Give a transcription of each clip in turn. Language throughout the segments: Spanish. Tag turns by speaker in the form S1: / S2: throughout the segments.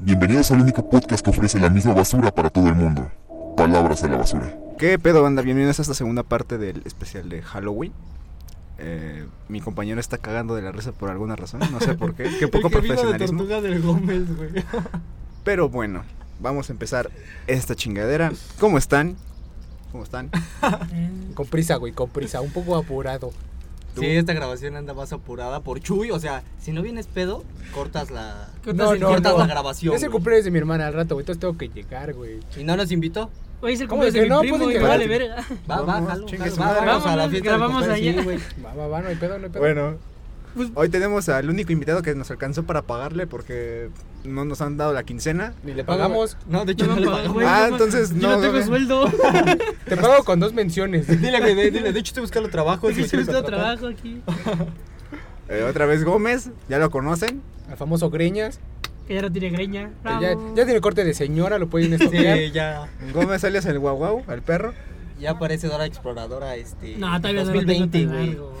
S1: Bienvenidos al único podcast que ofrece la misma basura para todo el mundo. Palabras de la basura.
S2: ¿Qué pedo, banda? Bienvenidos a esta segunda parte del especial de Halloween. Eh, mi compañero está cagando de la risa por alguna razón, no sé por qué. Qué poco
S3: El que vino
S2: profesionalismo.
S3: de Tortugas del Gómez, güey.
S2: Pero bueno, vamos a empezar esta chingadera. ¿Cómo están? ¿Cómo están?
S4: Con prisa, güey, con prisa, un poco apurado.
S2: Tú.
S5: Sí, esta grabación anda más apurada por Chuy, o sea, si no vienes pedo, cortas la
S3: Cortas
S4: No,
S3: el-
S4: no,
S5: cortas
S4: no.
S5: la grabación.
S4: Es el
S5: güey.
S4: cumpleaños de mi hermana al rato, güey, entonces tengo que llegar, güey.
S5: ¿Y no nos invitó?
S6: Hoy es el
S4: ¿Cómo
S6: cumpleaños de
S4: que
S6: mi
S4: no?
S6: primo
S4: Pueden
S6: y me
S4: llevar.
S6: vale verga.
S5: Va, va,
S2: Vamos,
S5: jalo,
S2: chingue
S5: jalo,
S2: su
S5: va,
S2: madre.
S5: vamos a la
S6: Vámonos,
S5: fiesta del
S6: grabamos
S5: café, sí,
S6: allá.
S5: güey.
S4: Va, va, va, no hay pedo, no hay pedo.
S2: Bueno,
S5: Pues
S2: hoy tenemos al único invitado que nos alcanzó para pagarle porque no nos han dado la quincena.
S4: Ni le pagamos.
S5: No, de hecho no,
S6: No me
S5: le
S6: pagas,
S5: pagamos.
S6: güey.
S2: Ah,
S6: no,
S2: entonces
S6: yo
S2: no,
S6: no tengo
S2: güey.
S6: sueldo.
S4: Te pago con dos menciones.
S5: Dile, güey, de- dile, de hecho estoy buscando trabajo.
S6: Aquí
S5: güey.
S6: se busca trabajo aquí.
S2: Eh, otra vez Gómez, ya lo conocen.
S4: Al famoso Greñas.
S6: Que ya no tiene greña.
S4: que Ya,
S6: Bravo.
S4: ya tiene corte de señora, lo pueden estudiar.
S5: Sí, ya,
S2: Gómez alias el guau guau, el perro.
S5: ya aparece Dora Exploradora, este,
S6: No, todavía no lo tengo
S5: 2020,
S6: tan
S5: güey.
S6: largo.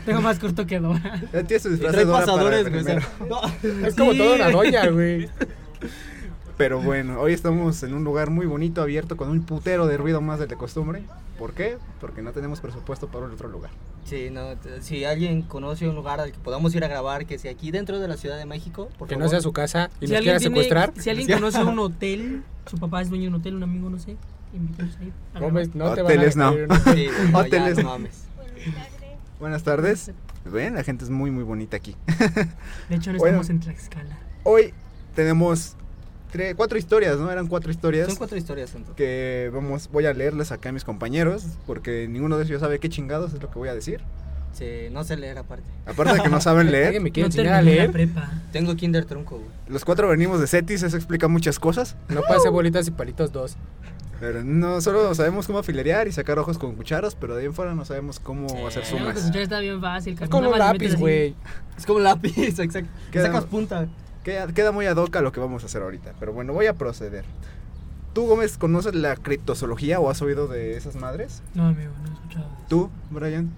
S6: Tengo más corto que Dora.
S2: Ya tiene su
S5: Y
S2: disfraz de
S5: trae
S2: Dora para
S5: pasadores,
S2: el
S5: güey. o sea,
S2: primero.
S5: no.
S4: Es como
S6: Sí.
S4: toda una doña, güey.
S2: Pero bueno, hoy estamos en un lugar muy bonito, abierto, con un putero de ruido más de la costumbre. ¿Por qué? Porque no tenemos presupuesto para otro lugar.
S5: Sí, no, t- si alguien conoce un lugar al que podamos ir a grabar, que sea aquí dentro de la Ciudad de México, por
S4: Que
S5: favor.
S4: no sea su casa y nos
S6: alguien
S4: quiera
S6: tiene-
S4: secuestrar.
S6: si alguien conoce un hotel, su papá es dueño de un hotel, un amigo, no sé, invitamos a ir. a
S4: Gómez,
S6: grabar.
S4: no te van a
S2: Hoteles, no.
S4: dejar ir, no.
S5: Sí, güey, no, ya,
S2: Hoteles.
S5: no mames.
S2: Buenas tardes. Ven, la gente es muy, muy bonita aquí.
S6: De hecho, no
S2: Bueno.
S6: estamos en Tlaxcala.
S2: Hoy tenemos tres, cuatro historias, ¿no? Eran cuatro historias.
S5: Son cuatro historias, entonces.
S2: que vamos, voy a leerles acá a mis compañeros, porque ninguno de ellos sabe qué chingados es lo que voy a decir.
S5: Sí, no sé leer aparte.
S2: Aparte de que no saben
S4: Alguien
S2: leer,
S4: me quiere
S6: no
S4: enseñar a
S6: terminé la
S4: leer.
S6: prepa.
S5: Tengo Kinder Tronco, güey.
S2: los cuatro venimos de Cetis, eso explica muchas cosas,
S4: No pase bolitas y palitos dos.
S2: pero no solo sabemos cómo afilerear y sacar ojos con cucharas, pero de ahí en fuera no sabemos cómo
S5: Sí.
S2: hacer
S6: Yo
S2: sumas.
S6: escuchar pues, está bien fácil.
S4: Es
S6: carnal,
S4: como un
S6: nada más le
S4: lápiz,
S6: metes así.
S4: güey.
S5: Es como lápiz, exacto.
S2: ¿Qué
S5: Sacas
S2: da-
S5: punta.
S2: Queda, queda muy ad hoc a lo que vamos a hacer ahorita, pero bueno, voy a proceder. ¿Tú, Gómez, conoces la criptozoología o has oído de esas madres?
S6: No, amigo, no he escuchado.
S2: ¿Tú, Brian?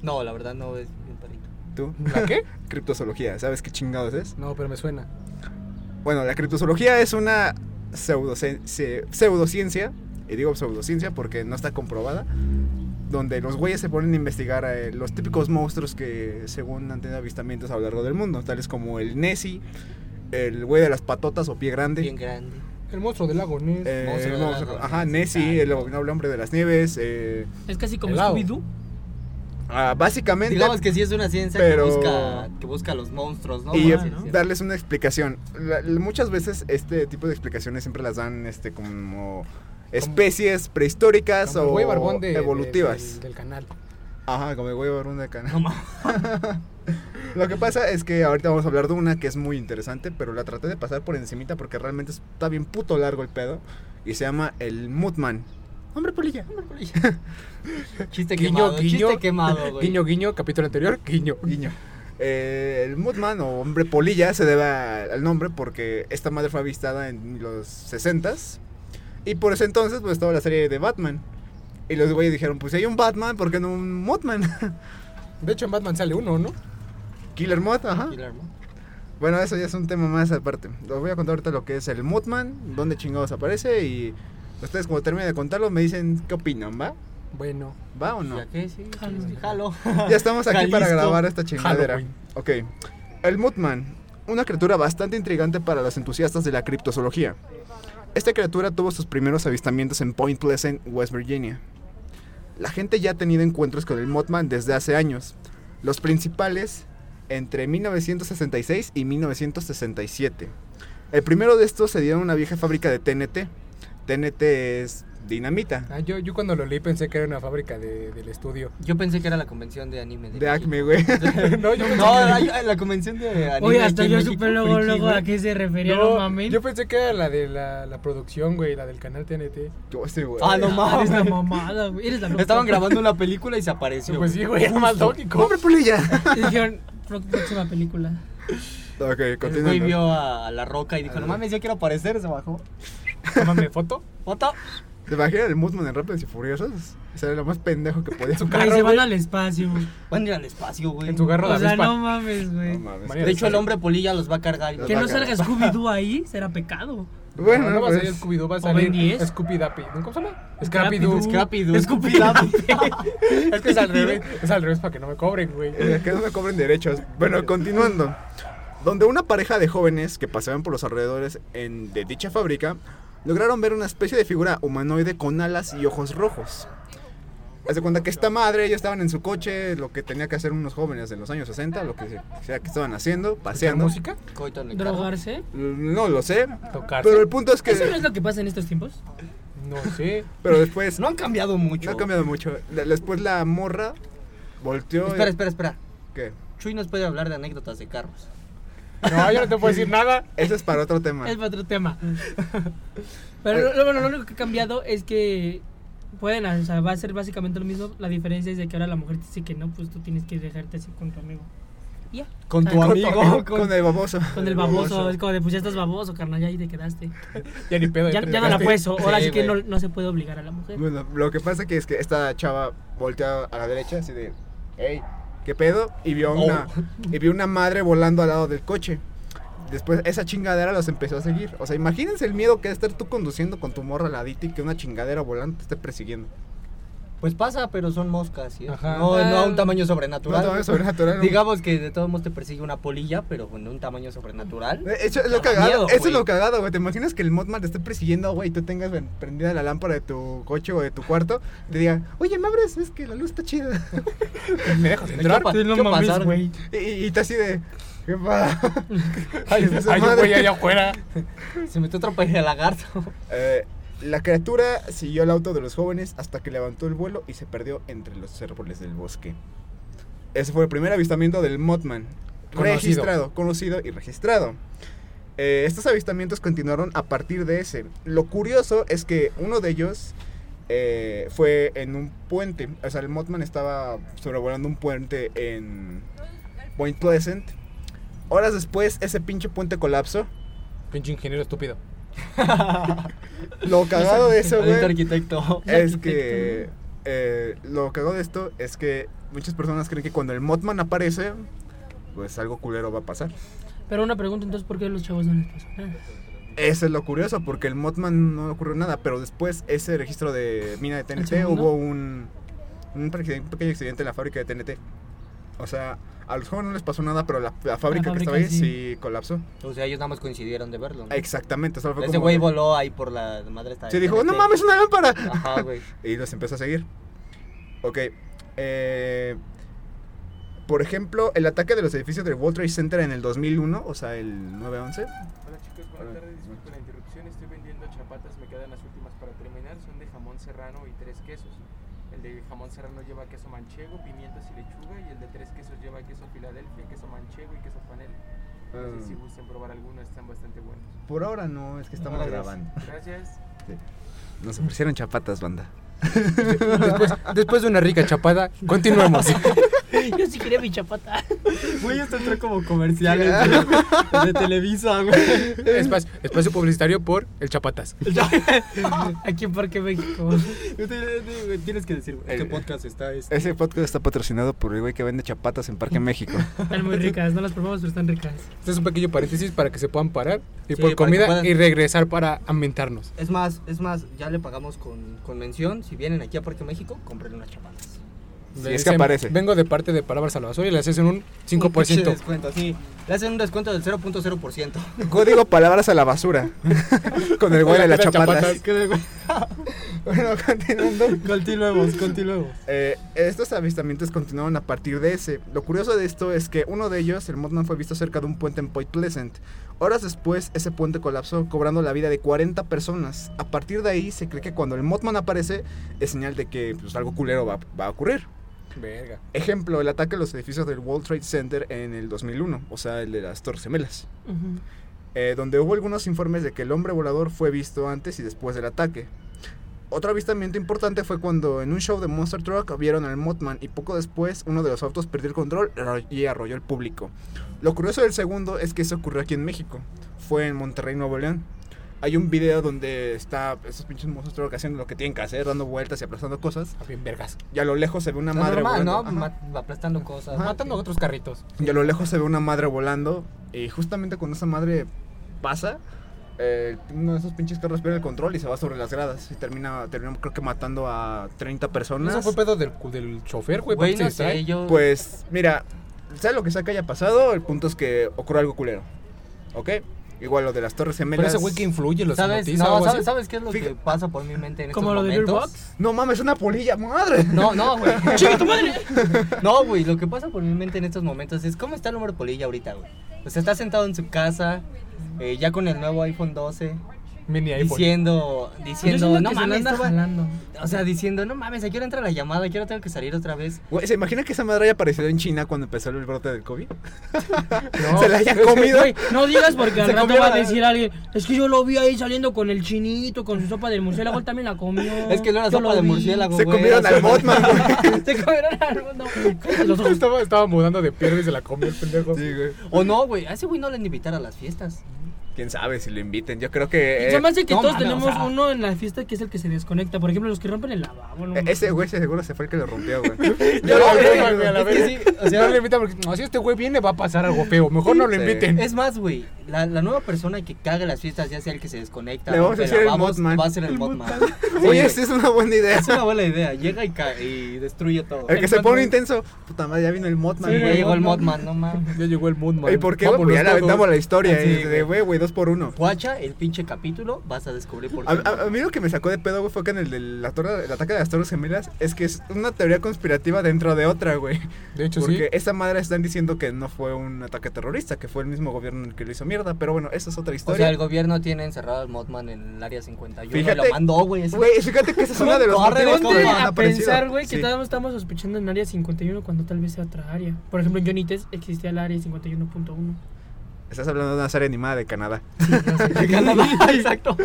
S5: No, la verdad no es un perrito.
S2: ¿Tú?
S4: ¿La qué?
S2: Criptozoología, ¿sabes qué chingados es?
S4: No, pero me suena.
S2: Bueno, la criptozoología es una pseudocien- se- pseudociencia, y digo pseudociencia porque no está comprobada, donde los güeyes se ponen a investigar eh, los típicos monstruos que según han tenido avistamientos a lo largo del mundo, tales como el Nessie, el güey de las patotas o pie grande.
S5: Bien grande.
S4: El monstruo del lago Ness.
S2: eh,
S5: monstruo de
S2: monstruo-
S5: las aguas.
S2: ajá, Nessie, el abominable hombre de las nieves. eh,
S6: Es casi como
S4: Helado.
S6: Scooby-Doo.
S2: ah, básicamente,
S5: Digamos que sí es una ciencia
S2: Pero-
S5: que, busca, que busca a los monstruos, ¿no?
S2: y
S5: Por
S2: eh,
S5: así decirlo.
S2: darles una explicación. La- la- muchas veces este tipo de explicaciones siempre las dan este como especies prehistóricas
S4: Como el
S2: o
S4: güey barbón de- de-
S2: evolutivas.
S4: del- del canal.
S2: Ajá, como el güey barbón de canal.
S5: No mames.
S2: Lo que pasa es que ahorita vamos a hablar de una que es muy interesante, pero la traté de pasar por encimita porque realmente está bien puto largo el pedo y se llama el Mutman. Hombre polilla.
S5: Chiste
S4: Guiño,
S5: quemado,
S4: guiño.
S5: chiste quemado, güey.
S4: Guiño, guiño, capítulo anterior, guiño.
S2: Guiño. Eh, el Mutman o hombre polilla se debe a- al nombre porque esta madre fue avistada en los 60s. Y por ese entonces pues estaba la serie de Batman. Y los güeyes dijeron, pues si hay un Batman, ¿por qué no un Mutman?
S4: De hecho, en Batman sale uno, ¿no?
S2: Killer Mut, ajá.
S5: Killer, ¿no?
S2: Bueno, eso ya es un tema más aparte. Les voy a contar ahorita lo que es el Mutman, dónde chingados aparece y ustedes cuando terminen de contarlo me dicen qué opinan, ¿va?
S4: Bueno,
S2: ¿Va o no?
S5: ¿Ya qué? Sí,
S6: Jalo.
S5: sí, sí, jalo.
S2: Ya estamos aquí para
S5: Jalisco.
S2: grabar esta chingadera.
S4: Halloween.
S2: Ok. El Mutman, una criatura bastante intrigante para los entusiastas de la criptozoología. Esta criatura tuvo sus primeros avistamientos en Point Pleasant, West Virginia. La gente ya ha tenido encuentros con el Mutman desde hace años. Los principales entre 1966 y 1967. El primero de estos se dio en una vieja fábrica de TNT. TNT es dinamita.
S4: ah, yo, yo cuando lo leí pensé que era una fábrica de- del estudio.
S5: Yo pensé que era la convención de anime.
S2: De
S5: México.
S2: Acme, güey.
S4: no, yo pensé
S5: No,
S4: que-
S5: la, la convención de anime.
S6: Oye,
S5: aquí
S6: hasta
S5: en
S6: yo
S5: México,
S6: supe luego,
S5: friki,
S6: luego
S5: güey.
S6: a qué se refería,
S4: no,
S6: no mames.
S4: yo pensé que era la de la, la producción, güey, la del canal TNT.
S2: Yo sí, güey.
S5: Ah, no
S6: Eres la
S5: mames.
S6: mamada, güey. Eres la loca.
S5: Estaban grabando una película y se apareció.
S4: pues sí, güey, era más lógico.
S2: ¡Hombre polilla!
S6: Y Dijeron, "Pro- próxima película.
S2: ok,
S5: El güey
S2: continuando.
S5: vio a, a la roca y dijo, no mames, yo quiero aparecer, se bajó.
S4: Tómame foto.
S5: ¿Foto?
S2: ¿Te imaginas el Mothman en Rápidos y Furiosos? Ese era lo más pendejo que podía
S4: Su
S2: su
S6: Güey,
S4: carro,
S6: se
S4: güey.
S6: van al espacio.
S5: Van a ir al espacio, güey.
S4: En su carro de
S6: O sea,
S4: avispa.
S6: no mames, güey.
S5: De hecho, el hombre polilla los va a cargar.
S2: Los
S6: que
S2: va
S6: no
S2: a
S6: salga
S2: cagar.
S6: Scooby-Doo ahí será pecado.
S2: Bueno,
S4: no, no va a
S2: pues,
S4: salir Scooby-Doo, va a
S6: o Ben
S4: salir
S6: 10.
S4: Scooby-Dappy. ¿no? ¿Cómo se llama? Scrappy-Doo.
S5: Scrappy-Doo.
S4: Es que es al revés. Es al revés para que no me cobren, güey.
S2: eh, que no me cobren derechos. Bueno, continuando. Donde una pareja de jóvenes que paseaban por los alrededores en- de dicha fábrica lograron ver una especie de figura humanoide con alas y ojos rojos. Haz de cuenta que esta madre, ellos estaban en su coche, lo que tenía que hacer unos jóvenes de los años 60, lo que sea que estaban haciendo,
S4: ¿La
S2: paseando.
S4: música?
S5: Coito en el carro.
S6: ¿Drogarse?
S2: No lo sé,
S4: ¿Tocarse?
S2: pero el punto es
S6: ¿Eso no
S2: que...
S6: es lo que pasa en estos tiempos?
S4: No sé.
S2: Pero después...
S5: No han cambiado mucho.
S2: No ha cambiado mucho. De- Después la morra volteó. y-
S5: Espera, espera, espera.
S2: ¿Qué?
S5: Chuy nos puede hablar de anécdotas de carros.
S4: No, yo no te puedo decir nada.
S2: Eso es para otro tema.
S6: Es para otro tema. Pero lo, lo- bueno, lo único que ha cambiado es que pueden, o sea, va a ser básicamente lo mismo. La diferencia es de que ahora la mujer te dice que no, pues tú tienes que dejarte así con tu amigo. Y Ya.
S5: Con tu
S6: Ah,
S5: amigo.
S2: Con,
S5: Con-
S2: con el baboso.
S6: Con el baboso, es como de, pues ya estás baboso, carnal, ya ahí te quedaste.
S4: Ya ni pedo.
S6: Ya,
S4: te
S6: ya no la
S4: tocaste.
S6: puedes, o- ahora
S5: Sí,
S6: sí que no,
S5: güey.
S6: no se puede obligar a la mujer.
S2: Bueno, lo que pasa que es que esta chava volteó a la derecha así de, hey, ¿qué pedo? Y vio
S5: Oh.
S2: una y vio una madre volando al lado del coche. Después esa chingadera los empezó a seguir. O sea, imagínense el miedo que es estar tú conduciendo con tu morra ladita y que una chingadera volando te esté persiguiendo.
S5: Pues pasa, pero son moscas, ¿sí?
S4: Ajá.
S5: No, no a un
S6: Ah.
S5: tamaño sobrenatural.
S2: No, tamaño sobrenatural.
S5: Digamos que de todos modos te persigue una polilla, pero con un tamaño sobrenatural.
S2: Eh, Eso es lo
S5: Da
S2: cagado,
S5: miedo,
S2: eso es
S5: güey.
S2: lo cagado, güey. ¿Te imaginas que el Mothman te esté persiguiendo, güey, y tú tengas ven, prendida la lámpara de tu coche o de tu cuarto? Y te diga, oye, me abres, es que la luz está chida.
S4: ¿Me dejas
S5: ¿Qué
S4: entrar?
S5: pa-
S6: Sí, no
S5: qué
S6: mames,
S5: pasar?
S6: güey.
S2: Y, y, y te así de, ¿qué pa-?"
S4: Ay,
S2: Esa
S4: hay un
S2: madre.
S4: güey allá afuera.
S5: Se metió otro pez de lagarto.
S2: Eh, la criatura siguió el auto de los jóvenes hasta que levantó el vuelo y se perdió entre los árboles del bosque. Ese fue el primer avistamiento del Mothman.
S4: Conocido.
S2: Registrado, conocido y registrado. Eh, estos avistamientos continuaron a partir de ese. Lo curioso es que uno de ellos eh, fue en un puente. O sea, el Mothman estaba sobrevolando un puente en Point Pleasant. Horas después, ese pinche puente colapsó.
S4: Pinche ingeniero estúpido.
S2: Lo cagado de eso,
S5: Maldito
S2: güey.
S5: arquitecto.
S2: es
S6: arquitecto,
S2: que eh, lo que hago de esto es que muchas personas creen que cuando el Mothman aparece, pues algo culero va a pasar.
S6: Pero una pregunta, entonces, ¿por qué a los chavos no les pasa nada?
S2: Eso es lo curioso, porque el Mothman no ocurrió nada, pero después ese registro de mina de TNT
S6: segundo?
S2: hubo un, un pre- un pequeño accidente en la fábrica de TNT. O sea, a los jóvenes no les pasó nada, pero la, la fábrica que
S6: fábrica
S2: estaba ahí sí,
S6: sí.
S2: colapsó.
S5: O sea, ellos nada más coincidieron de verlo. ¿no?
S2: Exactamente, solo fue
S5: Ese
S2: como
S5: güey
S2: que-
S5: voló ahí por la madre esta.
S2: Se
S5: de
S2: dijo,
S5: TNT.
S2: no mames, una lámpara.
S5: Ajá, güey.
S2: Y los empezó a seguir. Ok. eh, por ejemplo, el ataque de los edificios del World Trade Center en el 2001, o sea, el 9-11.
S4: Ah.
S3: Hola chicos, buenas tardes, disculpen la interrupción, estoy vendiendo chapatas, me quedan las últimas para terminar, son de jamón serrano y tres quesos. El de jamón serrano lleva queso manchego, pimientos y lechuga y el de tres quesos lleva queso filadelfia, queso manchego y queso panela. No
S2: Mm.
S3: sé si gusten probar alguno, están bastante buenos.
S2: Por ahora no, es que estamos
S3: Ah,
S5: Gracias.
S2: grabando.
S3: Gracias.
S2: Nos ofrecieron chapatas, banda.
S4: Después, después de una rica chapada, continuamos.
S6: Ah, Yo sí quería mi chapata.
S5: Güey, esto entró como comerciales de, de Televisa, güey.
S4: Espacio, espacio publicitario por el Chapatas.
S6: Aquí en Parque México.
S5: Tienes que decir, güey. Este
S2: El-
S5: podcast está. este,
S2: Ese podcast está patrocinado por el güey que vende chapatas en Parque México.
S6: Están muy ricas, no las probamos, pero están ricas.
S4: Este es un pequeño paréntesis para que se puedan parar
S5: Sí,
S4: y
S5: para
S4: por
S5: que
S4: comida
S5: puedan-
S4: y regresar para ambientarnos.
S5: Es más, es más, ya le pagamos con, con mención. Si vienen aquí a Parque México, compren unas chapatas.
S2: Si
S4: Le
S2: es que
S4: dicen,
S2: aparece.
S4: Vengo de parte de Palabras Salvador y les hacen un
S5: Un pinche
S4: 5%.
S5: descuento, sí. Le hacen un descuento del 0.0%.
S2: Código palabras a la basura. Con el güey de las
S4: Las
S2: chapatas.
S4: chapatas.
S2: bueno, continuando.
S5: continuemos, continuemos.
S2: Eh, estos avistamientos continuaron a partir de ese. Lo curioso de esto es que uno de ellos, el Mothman, fue visto cerca de un puente en Point Pleasant. Horas después, ese puente colapsó, cobrando la vida de 40 personas. A partir de ahí, se cree que cuando el Mothman aparece, es señal de que pues, algo culero va, va a ocurrir.
S4: Verga.
S2: Ejemplo, el ataque a los edificios del World Trade Center en el 2001, o sea, el de las Torres Gemelas,
S6: Ujú.
S2: eh, donde hubo algunos informes de que el hombre volador fue visto antes y después del ataque. Otro avistamiento importante fue cuando en un show de Monster Truck vieron al Mothman y poco después uno de los autos perdió el control arro- y arrolló al público. Lo curioso del segundo es que eso ocurrió aquí en México, fue en Monterrey, Nuevo León. Hay un video donde está esos pinches monstruos que hacen lo que tienen que hacer, dando vueltas y aplastando cosas.
S4: A bien vergas.
S2: Y a lo lejos se ve una
S5: Lo
S2: madre
S5: normal, ¿no?
S2: volando. Ajá.
S5: Ma- aplastando cosas.
S2: Ajá.
S5: Matando
S4: Matando otros carritos.
S2: Y a lo lejos se ve una madre volando. Y justamente cuando esa madre pasa, eh, uno de esos pinches carros pierde el control y se va sobre las gradas. Y termina, termina creo que matando a 30 personas.
S4: Eso fue pedo del, del chofer, güey. ¿por
S5: Güey,
S4: qué se
S5: no
S4: distrae?
S5: sé, yo...
S2: Pues, mira, sea lo que sea que haya pasado, el punto es que ocurrió algo culero. ¿Ok? Igual lo de las Torres
S4: Pero
S2: Gemelas.
S4: ese güey que influye, los
S5: ¿Sabes?
S4: hipnotiza o
S5: No,
S4: algo
S5: ¿sabes,
S4: así.
S5: sabes qué es lo que
S2: Fíjate.
S5: pasa por mi mente en estos
S6: Como lo de
S5: momentos?
S6: Beerbox.
S2: No mames, una polilla, madre.
S5: No, no, güey.
S6: ¡Chinga tu madre!
S5: No, güey, lo que pasa por mi mente en estos momentos es cómo está el número polilla ahorita, güey. O sea, está sentado en su casa, eh, ya con el nuevo iPhone 12,
S4: Mini iPhone.
S5: diciendo,
S6: Yo
S5: diciendo,
S6: siento
S5: no
S6: que se lo
S5: mames,
S6: anda
S5: esto va-".
S6: jalando.
S5: o sea, diciendo, no mames, ¿a qué hora entra la llamada? ¿A qué hora tengo que salir otra vez?
S2: Güey, ¿se imagina que esa madre haya aparecido en China cuando empezó el brote del COVID?
S4: No.
S2: ¿Se la haya comido?
S6: Güey, no digas porque al
S4: Se
S6: rato
S4: comió
S6: va a
S4: la-
S6: decir alguien. Es que yo lo vi ahí saliendo con el chinito, con su sopa del murciélago. Él también la comió.
S5: Es que no era
S6: Yo
S5: sopa
S6: lo
S5: de
S6: vi".
S5: murciélago,
S2: Se
S5: güey.
S2: comieron
S5: o sea,
S2: al Botman, güey.
S6: Se comieron al. No, cállate los ojos.
S4: Estaba, estaba mudando de piedra y se la comió el pendejo.
S2: Sí, güey.
S5: O no, güey, a ese güey no le han de invitar a las fiestas.
S2: Quién sabe si lo inviten. Yo creo que. eh,
S6: Se me hace que
S5: no
S6: todos
S5: mames,
S6: tenemos
S5: o sea.
S6: uno en la fiesta que es el que se desconecta. Por ejemplo, los que rompen el lavabo. no
S2: eh,
S6: mames.
S2: ese güey seguro se fue el que lo rompió, güey.
S4: Yo lo
S5: No,
S4: vi,
S5: es que-
S4: güey, a la
S5: es que
S4: verga.
S5: sí, o sea-
S4: no le invitan porque no, si este güey viene va a pasar algo feo. Mejor no lo
S2: Sí. Eh.
S4: inviten.
S5: Es más, güey, la, la nueva persona que caga las fiestas, ya sea el que se desconecta,
S2: Le vamos a
S5: rompe
S2: decir el
S5: lavabos,
S2: Mothman.
S5: va a ser el Botman.
S2: Oye, sí es una buena idea.
S5: Es una buena idea, llega y, ca- y destruye todo.
S2: El que se
S6: Batman.
S2: pone intenso. Puta madre, ya vino el Motman,
S5: Sí,
S2: güey.
S5: ya llegó el
S6: Mothman.
S5: Modman, no mames.
S4: Ya llegó el Moonman.
S2: ¿Y por qué, güey? Pues ya la aventamos la historia,
S5: Sí,
S2: eh, de güey, güey, dos por uno.
S5: Guacha, el pinche capítulo, vas a descubrir por
S2: A,
S5: qué.
S2: a- a mí lo que me sacó de pedo, güey, fue que en el, de la torre- el ataque de las Torres Gemelas es que es una teoría conspirativa dentro de otra, güey.
S4: De hecho,
S2: Porque
S4: sí.
S2: esa madre están diciendo que no fue un ataque terrorista, que fue el mismo gobierno el que lo hizo mierda. Pero bueno, esa es otra
S5: O sea,
S2: historia.
S5: el gobierno tiene encerrado al Modman en el área 51 y
S2: Fíjate-
S5: lo mandó, güey. así.
S2: Güey, fíjate que esa es una de los
S5: Corre,
S2: motivos por los
S5: ponte
S2: que
S6: Ponte
S5: Batman
S2: han
S6: a
S2: aparecido.
S6: pensar, güey, que
S2: Sí.
S6: todavía estamos sospechando en área 51 cuando tal vez sea otra área. Por ejemplo, en Johnny Test existía el área 51.1.
S2: Estás hablando de una serie animada de Canadá.
S5: Canadá, exacto.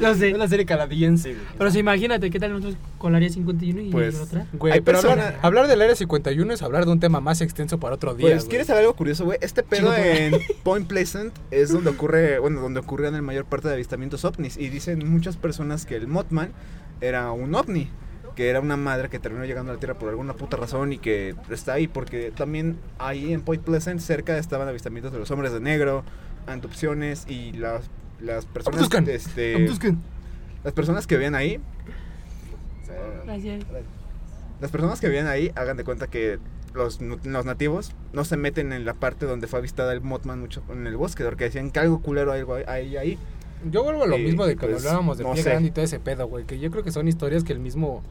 S6: No sé.
S5: Una serie canadiense, güey.
S6: Pero sí, imagínate, ¿qué tal nosotros con el área 51 y
S2: Pues,
S6: otra?
S4: Güey,
S2: hay
S4: pero hablar,
S2: personas-
S4: hablar del área 51 es hablar de un tema más extenso para otro día.
S2: Pues,
S4: güey.
S2: ¿quieres saber algo curioso, güey? Este pedo
S6: Chinga tu
S2: en Point Pleasant es donde ocurre, bueno, donde ocurren la mayor parte de avistamientos ovnis. Y dicen muchas personas que el Mothman era un ovni, que era una madre que terminó llegando a la Tierra por alguna puta razón y que está ahí, porque también ahí en Point Pleasant cerca estaban avistamientos de los hombres de negro, abducciones y las, las personas...
S4: Abduzcan,
S2: este, Las personas que veían ahí... eh,
S6: Gracias.
S2: las personas que viven ahí, hagan de cuenta que los, nu- los nativos no se meten en la parte donde fue avistada el Mothman mucho en el bosque, porque decían que algo culero hay algo ahí, ahí, ahí.
S4: Yo vuelvo a lo
S2: Eh,
S4: mismo de cuando
S2: pues,
S4: hablábamos de
S2: no
S4: pie
S2: sé.
S4: grande y todo ese pedo, güey. Que yo creo que son historias que el mismo.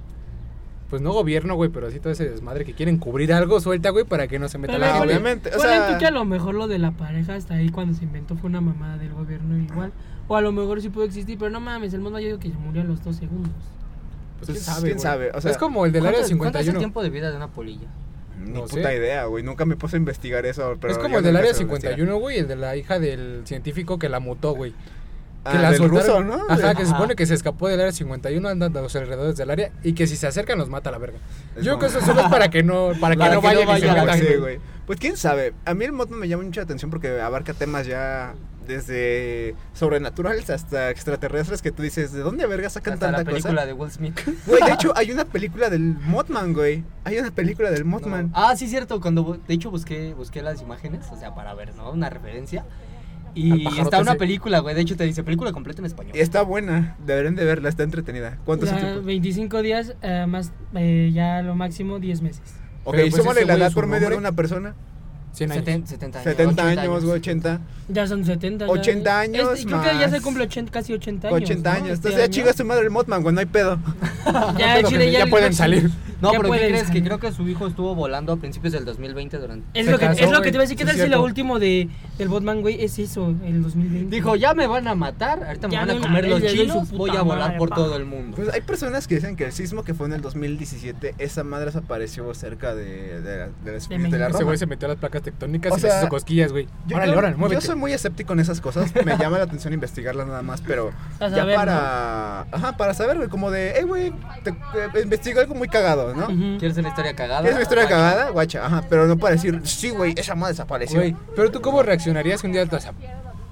S4: Pues no gobierno, güey, pero así todo ese desmadre que quieren cubrir algo suelta, güey, para que no se meta
S6: Pero
S4: la
S6: la-
S4: gente.
S2: Obviamente, o
S6: Ponle
S2: sea,
S6: tú que a lo mejor lo de la pareja hasta ahí cuando se inventó fue una mamada del gobierno igual. O a lo mejor sí pudo existir, pero no mames, el mundo yo digo que se murió a los dos segundos.
S4: Pues,
S2: pues,
S4: quién sabe.
S2: quién
S4: güey.
S2: sabe, o sea,
S4: es como el del
S5: ¿Cuánto,
S4: área
S5: cuánto es el
S4: 51.
S5: tiempo de vida de una polilla?
S2: ni
S4: no
S2: puta
S4: sé.
S2: idea, güey, nunca me puse a investigar eso, pero
S4: es
S2: ya
S4: como el del
S2: nunca
S4: área
S2: se lo investigué.
S4: 51, güey, el de la hija del científico que la mutó, güey.
S2: Ah,
S4: que la
S2: del ruso,
S4: soltaron.
S2: ¿no?
S4: Ajá, que se
S5: Ajá.
S4: supone que se escapó del área 51, andan a los alrededores del área y que si se acercan los mata a la verga.
S2: Es
S4: Yo creo que
S2: como-
S4: eso solo es para que no, para que
S2: Ah,
S5: Para
S4: no
S5: que no
S4: vayan y se
S5: vayan,
S4: metan.
S2: Sí, güey. Pues quién sabe. A mí el Mothman me llama mucha atención porque abarca temas ya desde sobrenaturales hasta extraterrestres que tú dices, ¿de dónde verga sacan
S5: Hasta la
S2: tanta cosa?
S5: película de Will Smith.
S2: Güey, de hecho, hay una película del Mothman, güey. Hay una película del Mothman.
S5: No. Ah, sí, cierto. Cuando bu- de hecho busqué, busqué las imágenes, o sea, para ver, ¿no? Una referencia.
S4: Al
S5: Y
S4: pajarote
S5: está una
S4: ese.
S5: película, güey. De hecho, te dice película completa en español.
S2: Y está buena. Deberían de verla, está entretenida. ¿Cuánto es el
S6: Ya
S2: tiempo?
S6: 25 días, eh, más eh, ya lo máximo 10 meses.
S2: Ok,
S4: Pero, pues,
S2: súmale
S4: ese
S2: la
S4: güey,
S2: edad
S4: su
S2: por medio de
S4: nombre.
S2: una persona.
S4: 100 años.
S5: Seten- 70 años.
S2: 70
S5: 80
S2: años, güey, 80.
S6: Ya son 70. ya.
S2: 80 años
S6: Este, creo que ya se
S2: más.
S6: cumple 80, casi 80 años.
S2: 80
S6: ¿no?
S2: años.
S6: Este
S2: Entonces ya
S6: año.
S2: chinga su madre el Mothman, güey, no hay pedo.
S6: Ya,
S4: Pero
S6: Chile,
S4: que
S6: ya
S4: ya
S6: el-
S4: pueden salir.
S5: No,
S6: Ya
S5: pero ¿qué
S6: pueden
S5: crees? Que
S6: salir.
S5: creo que su hijo estuvo volando a principios del 2020 durante...
S6: Es
S4: Se
S6: lo, que,
S4: casó,
S6: es lo que
S4: güey.
S6: te iba a decir. ¿Qué
S4: Sí,
S6: tal si
S4: cierto.
S6: lo último de, del Botman, güey, es eso, el 2020?
S5: Dijo, ya me van a matar, ahorita me
S6: Ya
S5: van
S6: de
S5: a
S6: una
S5: comer
S6: vez
S5: los
S6: le doy
S5: chinos,
S6: su
S5: voy
S6: puta
S5: a volar
S6: madre,
S5: por
S6: pa".
S5: todo el mundo.
S2: Pues hay personas que dicen que el sismo que fue en el 2017, esa madre se apareció cerca de, de, la- de las-
S6: De
S2: de
S6: México.
S2: la
S4: Ese
S2: Roma.
S4: güey se metió a las placas tectónicas
S2: O
S4: y le
S2: sea,
S4: hizo cosquillas, güey.
S2: Yo,
S4: Órale,
S2: creo-
S4: órale,
S2: yo
S4: muévete.
S2: soy muy escéptico en esas cosas, me llama la atención investigarlas nada más, pero
S6: Para
S2: ya
S6: saber,
S2: para, ajá, para saber, güey, como de, eh, güey, te- eh, investigo algo muy cagado, ¿no?
S6: Ujú.
S5: ¿Quieres una historia cagada?
S2: ¿Es una historia
S5: Guacha.
S2: cagada? Guacha, ajá, pero no para decir, sí, güey, esa madre desapareció.
S4: Güey, pero tú cómo reaccionarías si un día te, o sea,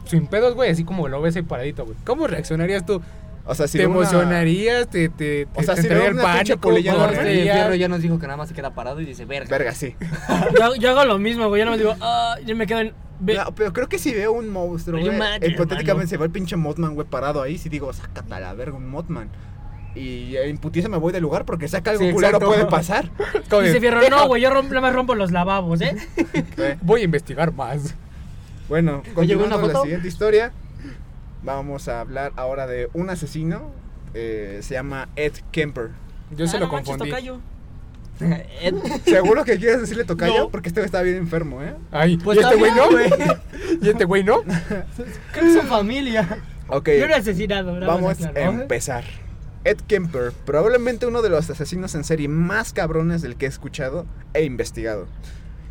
S4: sin pedos, güey, así como lo ves ahí paradito, güey. ¿Cómo reaccionarías tú?
S2: O sea, si
S4: ¿Te
S2: veo una-
S4: emocionarías? ¿Te, te,
S2: O sea,
S4: te
S2: si veo
S4: entraría el
S2: una pinche
S4: pánico?
S2: polilla
S5: Bueno,
S2: enorme.
S5: el infierno
S4: ¿Correrías?
S5: este ya nos dijo que nada más se queda parado y dice, verga.
S2: Verga, sí.
S6: Yo, yo hago lo mismo, güey. Yo no me digo, ah, yo me quedo en. ve-
S2: No, pero creo que si veo un monstruo,
S6: Valió
S2: güey.
S6: madre, hermano.
S2: hipotéticamente se va el pinche Mothman, güey, parado ahí. Si digo, sácate a la verga un Mothman. Y en putiza me voy del lugar porque saca algo
S4: Sí,
S2: culero
S4: exacto.
S2: puede pasar.
S4: Como de,
S6: Dice Fierro, no, güey, yo rom- nada más rompo los lavabos, ¿eh?
S4: Voy a investigar más.
S2: Bueno,
S5: ¿una
S2: continuando con la
S5: foto?
S2: siguiente historia, vamos a hablar ahora de un asesino. eh, se llama Ed Kemper.
S4: Yo se
S6: Ah,
S4: lo
S6: no manches,
S4: confundí.
S6: tocayo.
S5: Ed,
S2: ¿Seguro que quieres decirle tocayo?
S5: No.
S2: Porque este güey está bien enfermo, ¿eh?
S4: Ay,
S5: Pues
S4: ¿y este
S5: está
S4: güey no?
S5: bien,
S4: ¿Y este güey no?
S5: ¿Qué es su familia?
S2: Ok,
S6: Yo era asesinado, ¿verdad?
S2: vamos
S6: Bueno,
S2: a
S6: claro.
S2: empezar. Ed Kemper, probablemente uno de los asesinos en serie más cabrones del que he escuchado e investigado.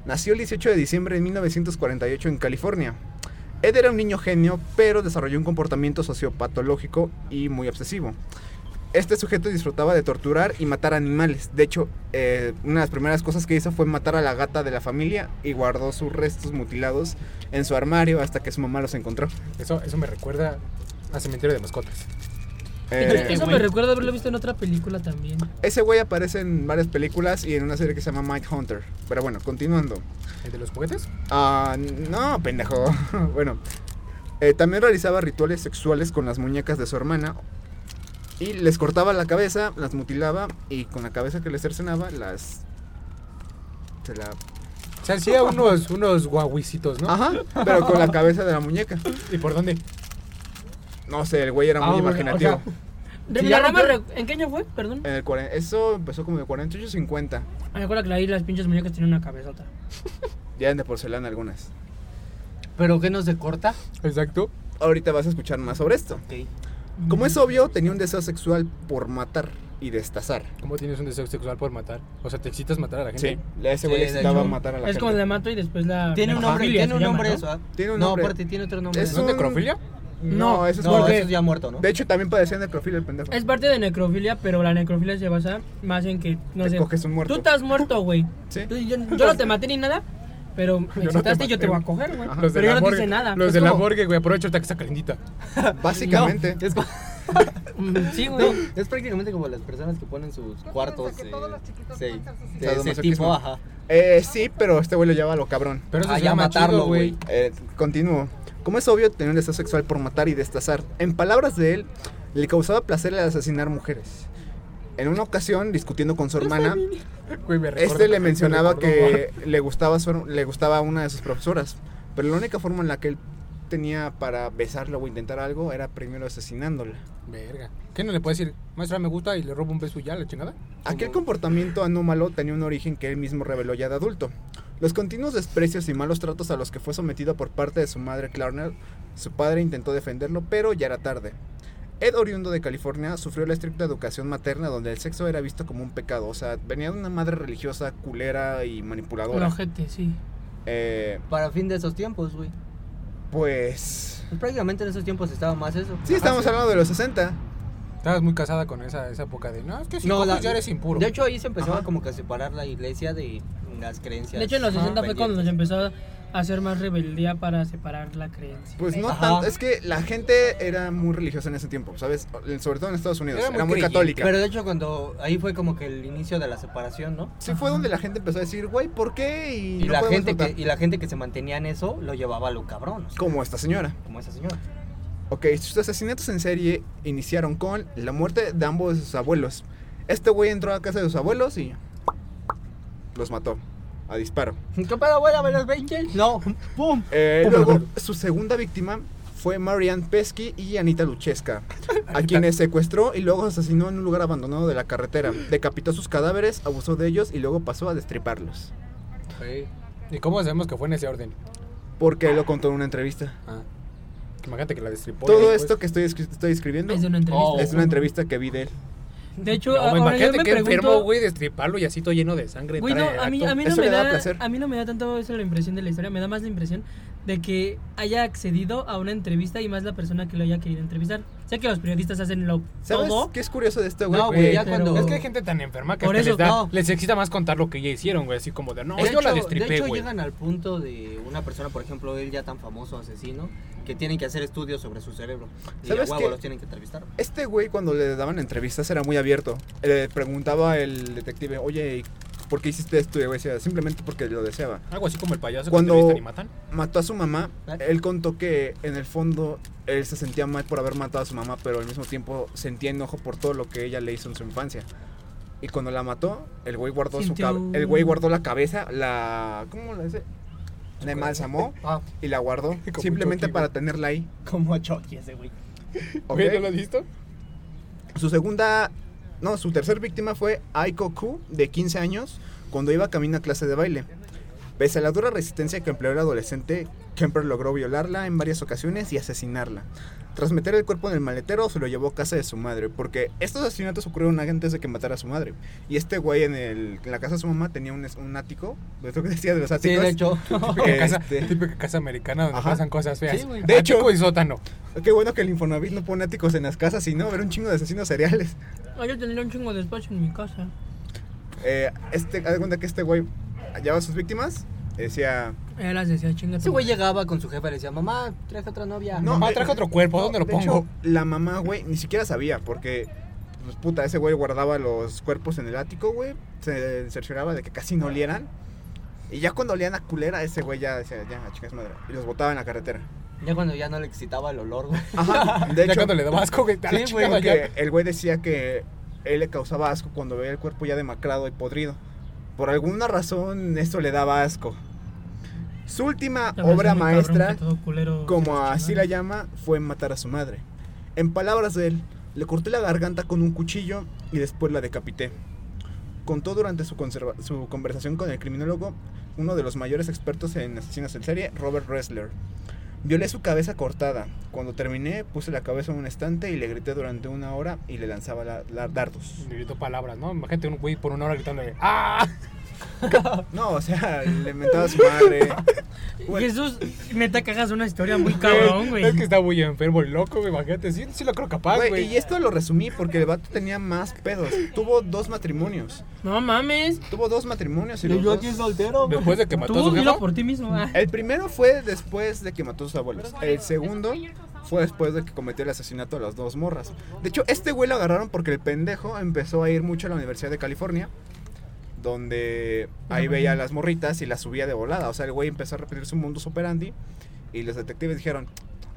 S2: Nació el 18 de diciembre de 1948 en California. Ed era un niño genio, pero desarrolló un comportamiento sociopatológico y muy obsesivo. Este sujeto disfrutaba de torturar y matar animales. De hecho, eh, una de las primeras cosas que hizo fue matar a la gata de la familia y guardó sus restos mutilados en su armario hasta que su mamá los encontró.
S4: Eso, eso me recuerda a Cementerio de Mascotas.
S2: Eh,
S6: Eso me recuerda haberlo visto en otra película también.
S2: Ese güey aparece en varias películas y en una serie que se llama Mike Hunter. Pero bueno, continuando.
S4: ¿El de los juguetes?
S2: Ah, no, pendejo. bueno, eh, también realizaba rituales sexuales con las muñecas de su hermana. Y les cortaba la cabeza, las mutilaba y con la cabeza que les cercenaba las... Se la...
S4: O sea, hacía unos, unos guauicitos, ¿no?
S2: Ajá, pero con la cabeza de la muñeca.
S4: ¿Y por dónde?
S2: No sé, el güey era muy
S4: Ah, bueno,
S2: imaginativo.
S4: o sea,
S6: De-
S4: Sí,
S6: la
S4: ya
S6: rama
S4: rompió-
S6: re- ¿En qué año fue? Perdón.
S2: En el cuaren- Eso empezó como de 48 50.
S6: Me acuerdo que ahí las pinches muñecas tenían una cabezota.
S2: Ya eran de porcelana algunas.
S5: ¿Pero qué no se corta?
S4: Exacto.
S2: Ahorita vas a escuchar más sobre esto.
S5: Ok.
S2: Como es obvio, tenía un deseo sexual por matar y destazar.
S4: ¿Cómo tienes un deseo sexual por matar? O sea, ¿te excitas matar a la gente?
S2: Sí, a ese güey
S5: Sí,
S2: le
S5: de
S2: excitaba
S5: hecho.
S2: matar a la
S6: Es como
S2: gente.
S6: la mato y después la.
S5: Tiene
S6: la
S5: un nombre,
S6: familia
S5: tiene
S6: se
S5: un
S6: llama,
S5: nombre
S6: ¿no?
S5: eso. ah.
S2: Tiene un
S5: no,
S2: nombre.
S5: aparte tiene otro nombre.
S2: Es
S4: ¿No es
S2: un-
S4: necrofilia?
S2: No, eso es
S5: No,
S2: porque-
S5: eso ya muerto, ¿no?
S2: De hecho, también padecía necrofilia el pendejo.
S6: Es parte de necrofilia, pero la necrofilia se basa más en que, no
S2: Te
S6: sé.
S2: coges un muerto.
S6: Tú estás muerto, güey.
S2: Sí.
S6: Tú- Yo, yo no te maté ni nada, pero me
S4: te
S6: excitaste y yo te
S4: maté.
S6: voy a coger, güey.
S2: Ajá.
S4: Los de
S6: Pero yo
S4: la
S6: no te
S4: morgue-
S6: hice nada.
S4: Los
S6: Es
S4: de la
S6: como-
S4: morgue, güey. Aprovecho ahorita que está calentita.
S2: Básicamente.
S5: No, es, co-
S6: Mm, Sí, güey.
S5: no, es prácticamente como las personas que ponen sus cuartos. eh, sí, de ese
S2: Sadomasoquismo.
S5: tipo, ajá.
S2: Eh, sí, pero este güey lo llevaba a lo cabrón.
S4: Pero eso
S5: Ah,
S4: se
S5: ya
S4: llama
S5: matarlo,
S4: chido, güey.
S5: güey.
S2: Eh, continúo. Como es obvio, tenía un deseo sexual por matar y destazar. En palabras de él, le causaba placer el asesinar mujeres. En una ocasión, discutiendo con su hermana,
S4: Güey, me recuerda-
S2: Este le
S4: me
S2: mencionaba
S4: recordó,
S2: que le gustaba, su- le gustaba una de sus profesoras, pero la única forma en la que él tenía para besarla o intentar algo era primero asesinándola.
S4: Verga. ¿Qué no le puedes decir? Maestra, me gusta y le robo un beso y ya, la chingada.
S2: Aquel
S5: Como-
S2: comportamiento anómalo tenía un origen que él mismo reveló ya de adulto. Los continuos desprecios y malos tratos a los que fue sometido por parte de su madre Clarnell, su padre intentó defenderlo, pero ya era tarde. Ed, oriundo de California, sufrió la estricta educación materna donde el sexo era visto como un pecado, o sea, venía de una madre religiosa, culera y
S6: La
S2: manipuladora.
S6: ojete, sí.
S2: Eh,
S5: Para fin de esos tiempos, güey.
S2: pues...
S5: Pues prácticamente en esos tiempos estaba más eso.
S2: Sí, estamos hablando de los 60.
S4: Estabas muy casada con esa, esa época de, no, es que si
S5: No,
S4: no,
S5: la-
S4: ya eres impuro.
S5: De hecho, ahí se empezaba
S2: Ajá.
S5: como que a separar la iglesia de las creencias.
S6: De hecho, en los 60 fue
S5: pendientes.
S6: cuando se empezó a hacer más rebeldía para separar la creencia.
S2: Pues no
S5: Ajá.
S2: tanto, es que la gente era muy religiosa en ese tiempo, ¿sabes? Sobre todo en Estados Unidos,
S4: Era
S2: era
S4: muy
S2: muy,
S4: creyente,
S2: católica.
S5: Pero de hecho, cuando ahí fue como que el inicio de la separación, ¿no?
S2: Sí fue donde la gente empezó a decir, güey, ¿por qué? Y,
S5: Y,
S2: no
S5: la
S2: podemos
S5: gente que,
S2: votar".
S5: y la gente que se mantenía en eso lo llevaba a lo cabrón, o sea,
S2: Como esta señora.
S5: como esa señora.
S2: Ok, sus asesinatos en serie iniciaron con la muerte de ambos de sus abuelos. Este güey entró a casa de sus abuelos y los mató a disparo.
S5: ¿Qué pedo, güey? ¿A ver las 20? No, ¡pum!
S2: Eh, luego, su segunda víctima fue Marianne Pesky y Anita Luchesca, a quienes secuestró y luego asesinó en un lugar abandonado de la carretera. Decapitó sus cadáveres, abusó de ellos y luego pasó a destriparlos.
S4: ¿Y cómo sabemos que fue en ese orden?
S2: Porque lo contó en una entrevista.
S4: Ah. Imagínate que la destripó. pues
S2: Todo
S4: después.
S2: esto que estoy, escri- estoy escribiendo
S6: Es de una entrevista.
S2: es una entrevista que vi de él.
S6: De hecho,
S4: No, güey,
S6: ahora yo
S4: imagínate
S6: me
S4: que enfermo,
S6: pregunto...
S4: güey, destriparlo y así todo lleno de sangre.
S6: Güey, no,
S4: entrar en el
S6: a mí,
S4: acto.
S6: a, mí no
S2: Eso
S6: me
S2: le da
S6: da,
S2: placer.
S6: a mí no me da tanto eso la impresión de la historia, me da más la impresión de que haya accedido a una entrevista y más la persona que lo haya querido entrevistar. Sé que los periodistas hacen lo
S2: ¿Sabes
S6: todo.
S2: qué es curioso de este güey?
S5: No, güey, ya
S6: pero-
S5: cuando.
S4: Es que hay gente tan enferma que
S6: Por
S4: hasta les,
S6: eso,
S4: da-
S5: no.
S4: les excita más contar lo que ya hicieron, güey. Así como de, no,
S5: de
S4: yo la
S5: hecho- de
S4: destripé,
S5: hecho,
S4: güey.
S5: llegan al punto de una persona, por ejemplo, él ya tan famoso asesino, que tienen que hacer estudios sobre su cerebro. Y a
S2: ¿Sabes
S5: huevo
S2: qué?
S5: los tienen que entrevistar.
S2: Este güey cuando le daban entrevistas era muy abierto. Le preguntaba el detective, oye, ¿y ¿por qué hiciste esto? Y el güey decía, simplemente porque lo deseaba.
S4: Algo así como el payaso
S2: Cuando-
S4: que entrevistan y matan.
S2: Mató a su mamá.
S5: ¿Eh?
S2: Él contó que en el fondo él se sentía mal por haber matado a su mamá, pero al mismo tiempo sentía enojo por todo lo que ella le hizo en su infancia. Y cuando la mató, el güey guardó su
S6: Sintió-
S2: cabe- el güey guardó la cabeza, la ¿cómo la dice? La emalsamó
S5: Ah,
S2: y la guardó
S4: Como
S2: simplemente
S4: Chucky,
S2: para tenerla ahí.
S5: como Chucky ese güey.
S4: Güey,
S2: ¿ok?
S4: ¿No lo has visto?
S2: Su segunda, no, su tercer víctima fue Aiko Ku, de 15 años, cuando iba camino a clase de baile. Pese a la dura resistencia que empleó el adolescente, Kemper logró violarla en varias ocasiones y asesinarla. Tras meter el cuerpo en el maletero, se lo llevó a casa de su madre, porque estos asesinatos ocurrieron antes de que matara a su madre. Y este güey en, el, en la casa de su mamá tenía un, es- un ático, ¿ves lo que decía de los
S5: Sí,
S2: áticos?
S5: de hecho.
S4: Típica casa,
S2: Este.
S4: típica casa americana donde
S2: Ajá.
S4: pasan cosas feas.
S5: Sí, güey.
S4: de hecho, y sótano.
S2: Qué bueno que el Infonavit no pone áticos en las casas, sino ver un chingo de asesinos seriales.
S6: Hay que tener un chingo de espacio en mi casa.
S2: Eh, este, haz de cuenta que este güey hallaba a sus víctimas. Decía,
S6: Él las decía chinga.
S5: Ese güey llegaba con su jefa y le decía, mamá, traje otra novia.
S2: No,
S4: Mamá,
S2: eh,
S4: traje otro cuerpo, ¿dónde lo
S2: de
S4: pongo?
S2: hecho, la mamá, güey, ni siquiera sabía porque, pues puta, ese güey guardaba los cuerpos en el ático, güey. Se cercioraba de que casi no olieran. Y ya cuando olían a culera, ese güey ya decía, ya, a chicas madre. Y los botaba en la carretera.
S5: Ya cuando ya no le excitaba el olor, güey.
S2: Ajá, de
S4: ya
S2: hecho,
S4: cuando le daba asco, güey, a la
S5: Sí, güey,
S4: chingada ya.
S2: porque el güey decía que él le causaba asco cuando veía el cuerpo ya demacrado y podrido. Por alguna razón, esto le daba asco. Su última obra maestra como así la llama, fue matar a su madre. En palabras de él, le corté la garganta con un cuchillo y después la decapité. Contó durante su, conserva- su conversación con el criminólogo, uno de los mayores expertos en asesinos en serie, Robert Ressler. Violé su cabeza cortada. Cuando terminé, puse la cabeza en un estante y le grité durante una hora y le lanzaba la- la- dardos.
S4: Le gritó palabras, ¿no? Imagínate un güey por una hora gritándole, ¡ah!
S2: No, o sea, le inventaba a su madre. Güey,
S6: Jesús, neta cagas una historia muy cabrón, güey.
S4: Es que está muy enfermo el loco, güey, imagínate. Sí, sí lo creo capaz,
S2: güey,
S4: güey.
S2: y este esto lo resumí porque el vato tenía más pedos. Tuvo dos matrimonios.
S6: No mames.
S2: Tuvo dos matrimonios y
S5: Y
S2: los
S5: yo
S2: dos-
S5: aquí soltero. güey.
S4: Después de que mató a
S6: Tú
S4: su jefa.
S6: dilo por ti mismo. ah.
S2: El primero fue después de que mató a sus abuelos. El segundo fue después de que cometió el asesinato de las dos morras. De hecho, este güey lo agarraron porque el pendejo empezó a ir mucho a la Universidad de California, donde ahí veía a las morritas y las subía de volada. O sea, el güey empezó a repetir su mundo superandi y los detectives dijeron,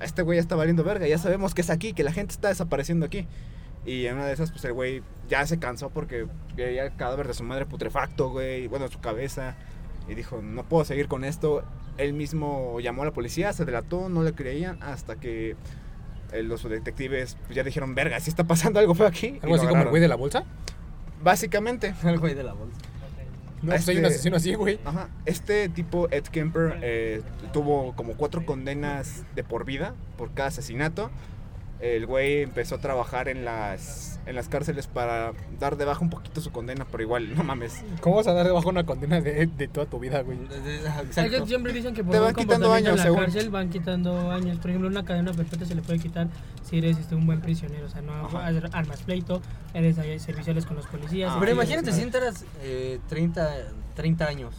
S2: este güey ya está valiendo verga, ya sabemos que es aquí, que la gente está desapareciendo aquí. Y en una de esas, pues el güey ya se cansó porque veía el cadáver de su madre putrefacto, güey, y bueno, su cabeza. Y dijo, no puedo seguir con esto. Él mismo llamó a la policía, se delató, no le creían, hasta que eh, los detectives pues, ya dijeron, verga, si está pasando algo fue aquí. y lo
S4: Algo así como el
S2: agarraron.
S4: güey de la bolsa.
S2: Básicamente.
S5: El güey de la bolsa.
S4: No, pues hay un
S2: Este-
S4: asesino así, güey.
S2: Ajá. Este tipo, Ed Kemper, eh, tuvo como cuatro condenas de por vida por cada asesinato. El güey empezó a trabajar en las, en las cárceles para dar de baja un poquito su condena, pero igual, no mames.
S4: ¿Cómo vas a dar debajo una condena de, de toda tu vida, güey?
S6: Es que
S5: Exacto.
S6: siempre dicen que por
S2: Te
S6: un
S2: van quitando
S6: comportamiento en
S2: años,
S6: la
S2: según.
S6: cárcel van quitando años. Por ejemplo, una cadena perpetua se le puede quitar si eres este, un buen prisionero. O sea, no
S2: Ajá.
S6: ar- armas pleito, eres ahí serviciales con los policías.
S2: Ah,
S5: Pero
S6: eres-
S5: imagínate si entras eh, 30, 30 años,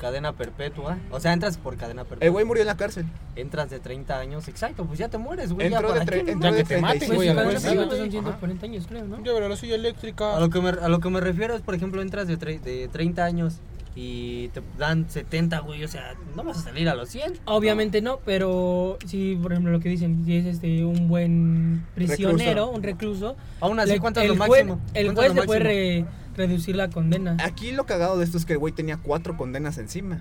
S5: cadena perpetua. O sea, entras por cadena perpetua.
S2: El güey murió en la cárcel.
S5: Entras de 30 años, exacto, pues ya te mueres, güey. ya
S2: Eh. Entró de,
S5: para
S2: tre-
S5: qué,
S2: entró de
S4: Ya que te maten,
S2: 35
S6: Pues,
S4: güey,
S6: si
S4: a la
S6: cadena
S4: vez,
S6: perpetua
S4: güey.
S6: son
S2: Ajá.
S6: 140 años, creo, ¿no?
S4: verá la silla eléctrica.
S5: A lo, que me, a lo que me refiero es, por ejemplo, entras de, tre- de 30 años y te dan 70, güey. O sea, no vas a salir a los 100.
S6: Obviamente no, pero sí, por ejemplo, lo que dicen, si es este, un buen prisionero, un recluso.
S5: Aún así,
S6: le-
S5: ¿cuánto es
S6: el
S5: lo
S6: juez-
S5: máximo?
S6: El
S5: ¿Cuánto es
S6: juez
S5: lo
S6: le puede
S5: máximo?
S6: re- reducir la condena.
S2: Aquí lo cagado de esto es que el güey tenía cuatro condenas encima.